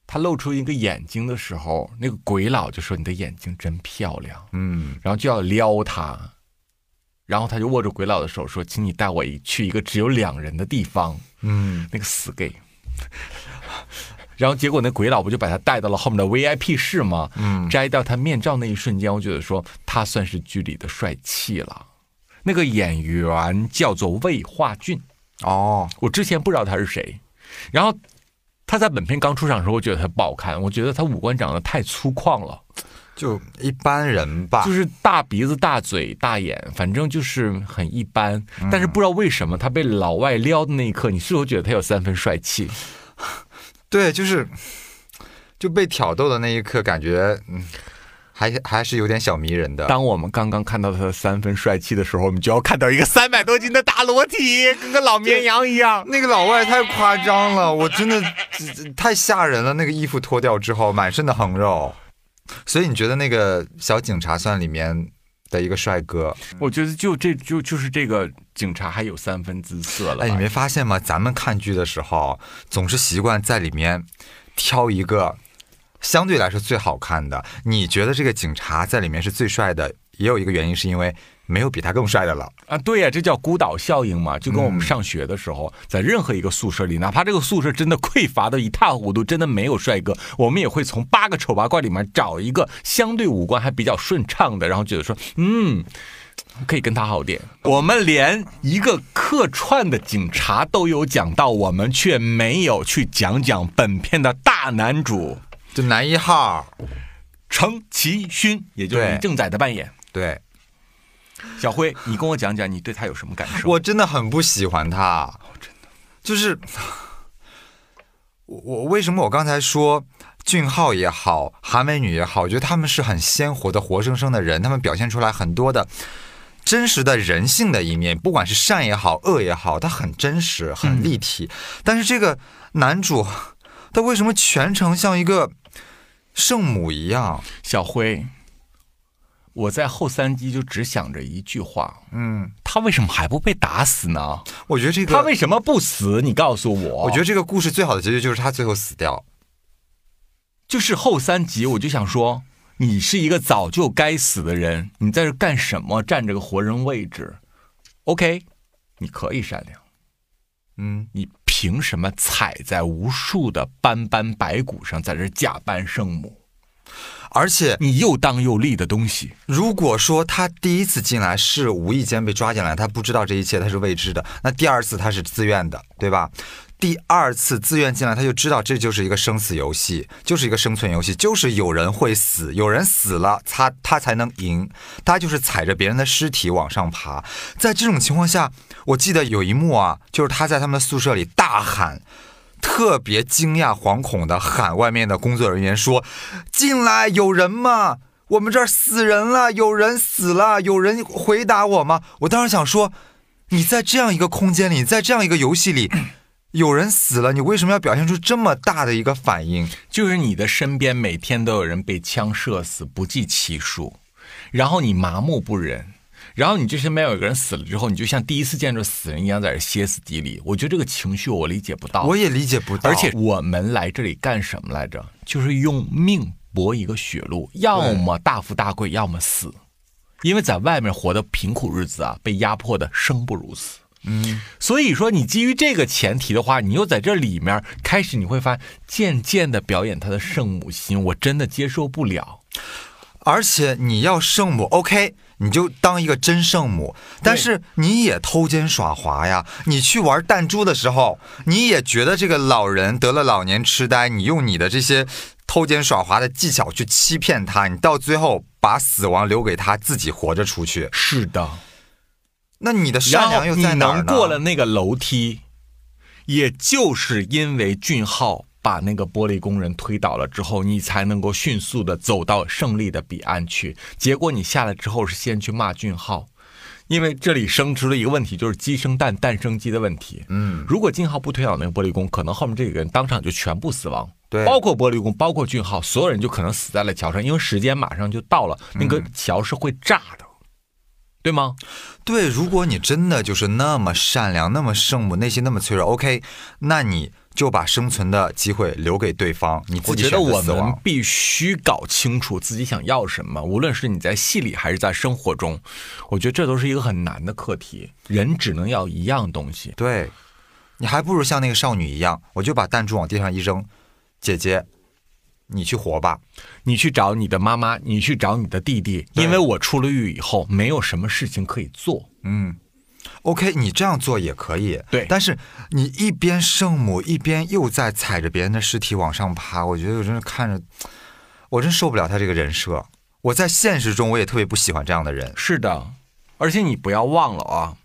A: 他露出一个眼睛的时候，那个鬼佬就说：“你的眼睛真漂亮。”
B: 嗯，
A: 然后就要撩他，然后他就握着鬼佬的手说：“请你带我一去一个只有两人的地方。”
B: 嗯，
A: 那个死 gay。然后结果那鬼佬不就把他带到了后面的 VIP 室吗？嗯，摘掉他面罩那一瞬间，我觉得说他算是剧里的帅气了。那个演员叫做魏化俊，
B: 哦，
A: 我之前不知道他是谁，然后他在本片刚出场的时候，我觉得他不好看，我觉得他五官长得太粗犷了。
B: 就一般人吧，
A: 就是大鼻子、大嘴、大眼，反正就是很一般。但是不知道为什么，他被老外撩的那一刻，你是否觉得他有三分帅气？
B: 对，就是就被挑逗的那一刻，感觉嗯，还还是有点小迷人的。
A: 当我们刚刚看到他的三分帅气的时候，我们就要看到一个三百多斤的大裸体，跟个老绵羊一样。
B: 那个老外太夸张了，我真的这这太吓人了。那个衣服脱掉之后，满身的横肉，所以你觉得那个小警察算里面的一个帅哥？
A: 我觉得就这就就是这个警察还有三分姿色了吧。
B: 哎，你没发现吗？咱们看剧的时候，总是习惯在里面挑一个相对来说最好看的。你觉得这个警察在里面是最帅的，也有一个原因是因为没有比他更帅的了。
A: 啊，对呀、这叫孤岛效应嘛，就跟我们上学的时候，在任何一个宿舍里，哪怕这个宿舍真的匮乏的一塌糊涂，真的没有帅哥，我们也会从八个丑八怪里面找一个相对五官还比较顺畅的，然后觉得说，嗯。可以跟他好点。我们连一个客串的警察都有讲到，我们却没有去讲讲本片的大男主，
B: 就男一号
A: 程其勋，也就是
B: 对
A: 李正宰的扮演。
B: 对，
A: 小辉，你跟我讲讲你对他有什么感受？
B: 我真的很不喜欢他，真的就是我我为什么我刚才说俊浩也好，韩美女也好，我觉得他们是很鲜活的、活生生的人，他们表现出来很多的真实的人性的一面，不管是善也好，恶也好，它很真实、很立体。但是这个男主，他为什么全程像一个圣母一样？
A: 小辉，我在后三集就只想着一句话：
B: 嗯，
A: 他为什么还不被打死呢？
B: 我觉得这个
A: 他为什么不死？你告诉我。
B: 我觉得这个故事最好的结局就是他最后死掉。
A: 就是后三集，我就想说，你是一个早就该死的人，你在这干什么？占着个活人位置？OK，你可以善良，
B: 嗯，
A: 你凭什么踩在无数的斑斑白骨上，在这假扮圣母？
B: 而且
A: 你又当又立的东西，
B: 如果说他第一次进来是无意间被抓进来，他不知道这一切，他是未知的。那第二次他是自愿的，对吧？第二次自愿进来，他就知道这就是一个生死游戏，就是一个生存游戏，就是有人会死，有人死了，他他才能赢。他就是踩着别人的尸体往上爬。在这种情况下，我记得有一幕啊，就是他在他们的宿舍里大喊。特别惊讶、惶恐的喊外面的工作人员说：“进来，有人吗？我们这儿死人了，有人死了，有人回答我吗？”我当时想说，你在这样一个空间里，在这样一个游 戏里，有人死了，你为什么要表现出这么大的一个反应？
A: 就是你的身边每天都有人被枪射死，不计其数，然后你麻木不仁，然后你这身边有一个人死了之后，你就像第一次见着死人一样在这歇斯底里。我觉得这个情绪我理解不到，
B: 我也理解不到。
A: 而且我们来这里干什么来着？就是用命搏一个血路，要么大富大贵，要么死。因为在外面活的贫苦日子啊，被压迫的生不如死。
B: 嗯，
A: 所以说，你基于这个前提的话，你又在这里面开始，你会发现渐渐的表演他的圣母心，我真的接受不了。
B: 而且你要圣母，OK，你就当一个真圣母，但是你也偷奸耍滑呀！你去玩弹珠的时候，你也觉得这个老人得了老年痴呆，你用你的这些偷奸耍滑的技巧去欺骗他，你到最后把死亡留给他自己活着出去，
A: 是的，
B: 那你的善良又在哪
A: 然后你
B: 儿
A: 能
B: 呢？
A: 过了那个楼梯，也就是因为俊浩把那个玻璃工人推倒了之后，你才能够迅速的走到胜利的彼岸去。结果你下来之后是先去骂俊浩。因为这里生出了一个问题，就是鸡生蛋，蛋生鸡的问题。
B: 嗯，
A: 如果俊浩不推倒那个玻璃工，可能后面这个人当场就全部死亡，
B: 对
A: 包括玻璃工，包括俊浩，所有人就可能死在了桥上，因为时间马上就到了，那
B: 嗯
A: 个桥是会炸的，对吗？
B: 对，如果你真的就是那么善良、那么圣母、内心那么脆弱，OK，那你就把生存的机会留给对方，你自
A: 我
B: 己
A: 觉
B: 选
A: 得我
B: 择死
A: 们
B: 亡。
A: 必须搞清楚自己想要什么，无论是你在戏里还是在生活中，我觉得这都是一个很难的课题。人只能要一样东西，
B: 对，你还不如像那个少女一样，我就把弹珠往地上一扔，姐姐，你去活吧。
A: 你去找你的妈妈，你去找你的弟弟，因为我出了狱以后，没有什么事情可以做。
B: 嗯，OK，你这样做也可以。
A: 对
B: 但是你一边圣母，一边又在踩着别人的尸体往上爬，我觉得我真的看着，我真受不了他这个人设。我在现实中我也特别不喜欢这样的人。
A: 是的，而且你不要忘了啊，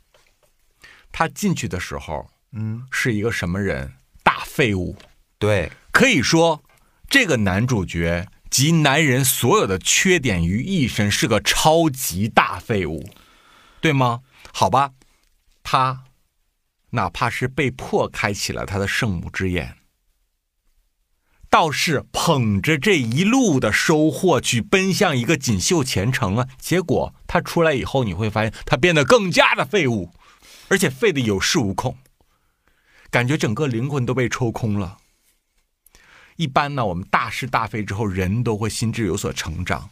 A: 他进去的时候
B: 嗯，
A: 是一个什么人？大废物。
B: 对，
A: 可以说，这个男主角集男人所有的缺点于一身，是个超级大废物，对吗？好吧，他哪怕是被迫开启了他的圣母之眼，倒是捧着这一路的收获去奔向一个锦绣前程啊！结果他出来以后，你会发现他变得更加的废物，而且废的有恃无恐，感觉整个灵魂都被抽空了。一般呢，我们大是大非之后，人都会心智有所成长，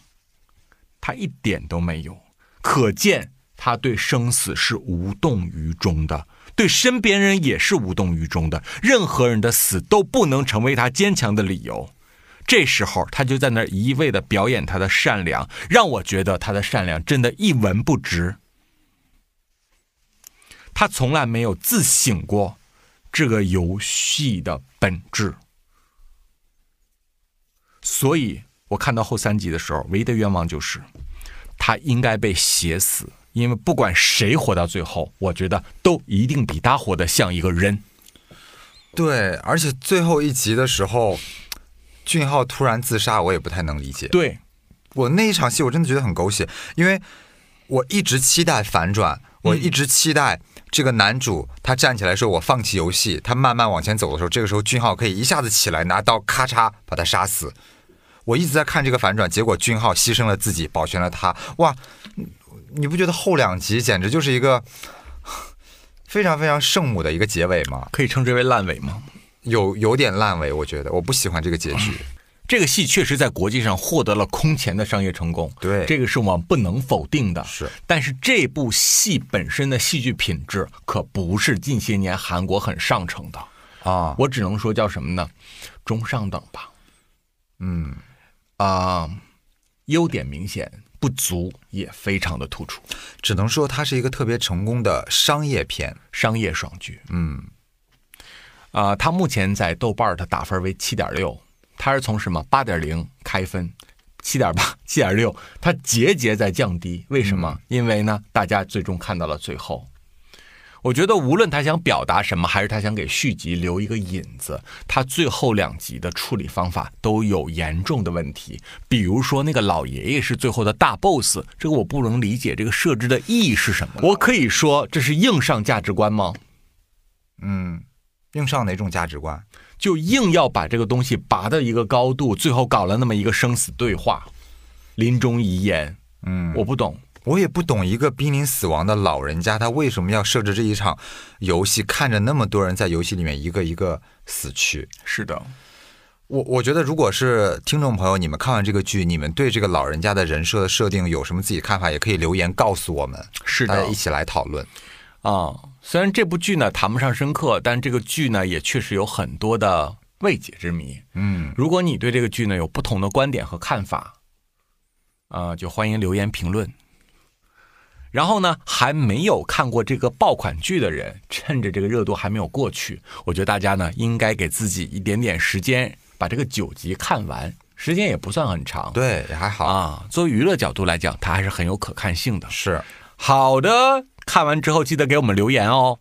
A: 他一点都没有。可见他对生死是无动于衷的，对身边人也是无动于衷的。任何人的死都不能成为他坚强的理由。这时候，他就在那儿一味的表演他的善良，让我觉得他的善良真的一文不值。他从来没有自省过这个游戏的本质。所以我看到后三集的时候，唯一的愿望就是他应该被写死，因为不管谁活到最后，我觉得都一定比他活得像一个人。
B: 对，而且最后一集的时候，俊浩突然自杀，我也不太能理解。
A: 对，
B: 我那一场戏我真的觉得很狗血，因为我一直期待反转，我一直期待这个男主他站起来说“我放弃游戏”，他慢慢往前走的时候，这个时候俊浩可以一下子起来拿刀咔嚓把他杀死。我一直在看这个反转，结果俊浩牺牲了自己，保全了他。哇，你不觉得后两集简直就是一个非常非常圣母的一个结尾吗？
A: 可以称之为烂尾吗？
B: 有有点烂尾，我觉得我不喜欢这个结局。
A: 这个戏确实在国际上获得了空前的商业成功，
B: 对，
A: 这个是我们不能否定的。
B: 是，
A: 但是这部戏本身的戏剧品质可不是近些年韩国很上乘的
B: 啊。
A: 我只能说叫什么呢？中上等吧。
B: 嗯，
A: 啊、优点明显，不足也非常的突出，
B: 只能说它是一个特别成功的商业片，
A: 商业爽剧。
B: 嗯，
A: 啊、它目前在豆瓣儿的打分为七点六，它是从什么八点零开分，七点八、七点六，它节节在降低。为什
B: 嗯
A: 么？因为呢，大家最终看到了最后。我觉得无论他想表达什么，还是他想给续集留一个引子，他最后两集的处理方法都有严重的问题。比如说那个老爷爷是最后的大 boss，这个我不能理解这个设置的意义是什么。我可以说这是硬上价值观吗？
B: 嗯，用上哪种价值观？
A: 就硬要把这个东西拔到一个高度，最后搞了那么一个生死对话，临终遗言。
B: 嗯，
A: 我不懂。
B: 我也不懂一个濒临死亡的老人家，他为什么要设置这一场游戏，看着那么多人在游戏里面一个一个死去。
A: 是的，
B: 我我觉得，如果是听众朋友，你们看完这个剧，你们对这个老人家的人设设定有什么自己看法，也可以留言告诉我们，
A: 是的
B: 大家一起来讨论。
A: 啊、虽然这部剧呢谈不上深刻，但这个剧呢也确实有很多的未解之谜。
B: 嗯，
A: 如果你对这个剧呢有不同的观点和看法，啊、就欢迎留言评论。然后呢，还没有看过这个爆款剧的人，趁着这个热度还没有过去，我觉得大家呢应该给自己一点点时间，把这个九集看完，时间也不算很长。
B: 对，也还好。
A: 啊，作为娱乐角度来讲，它还是很有可看性的。
B: 是，
A: 好的，看完之后记得给我们留言哦。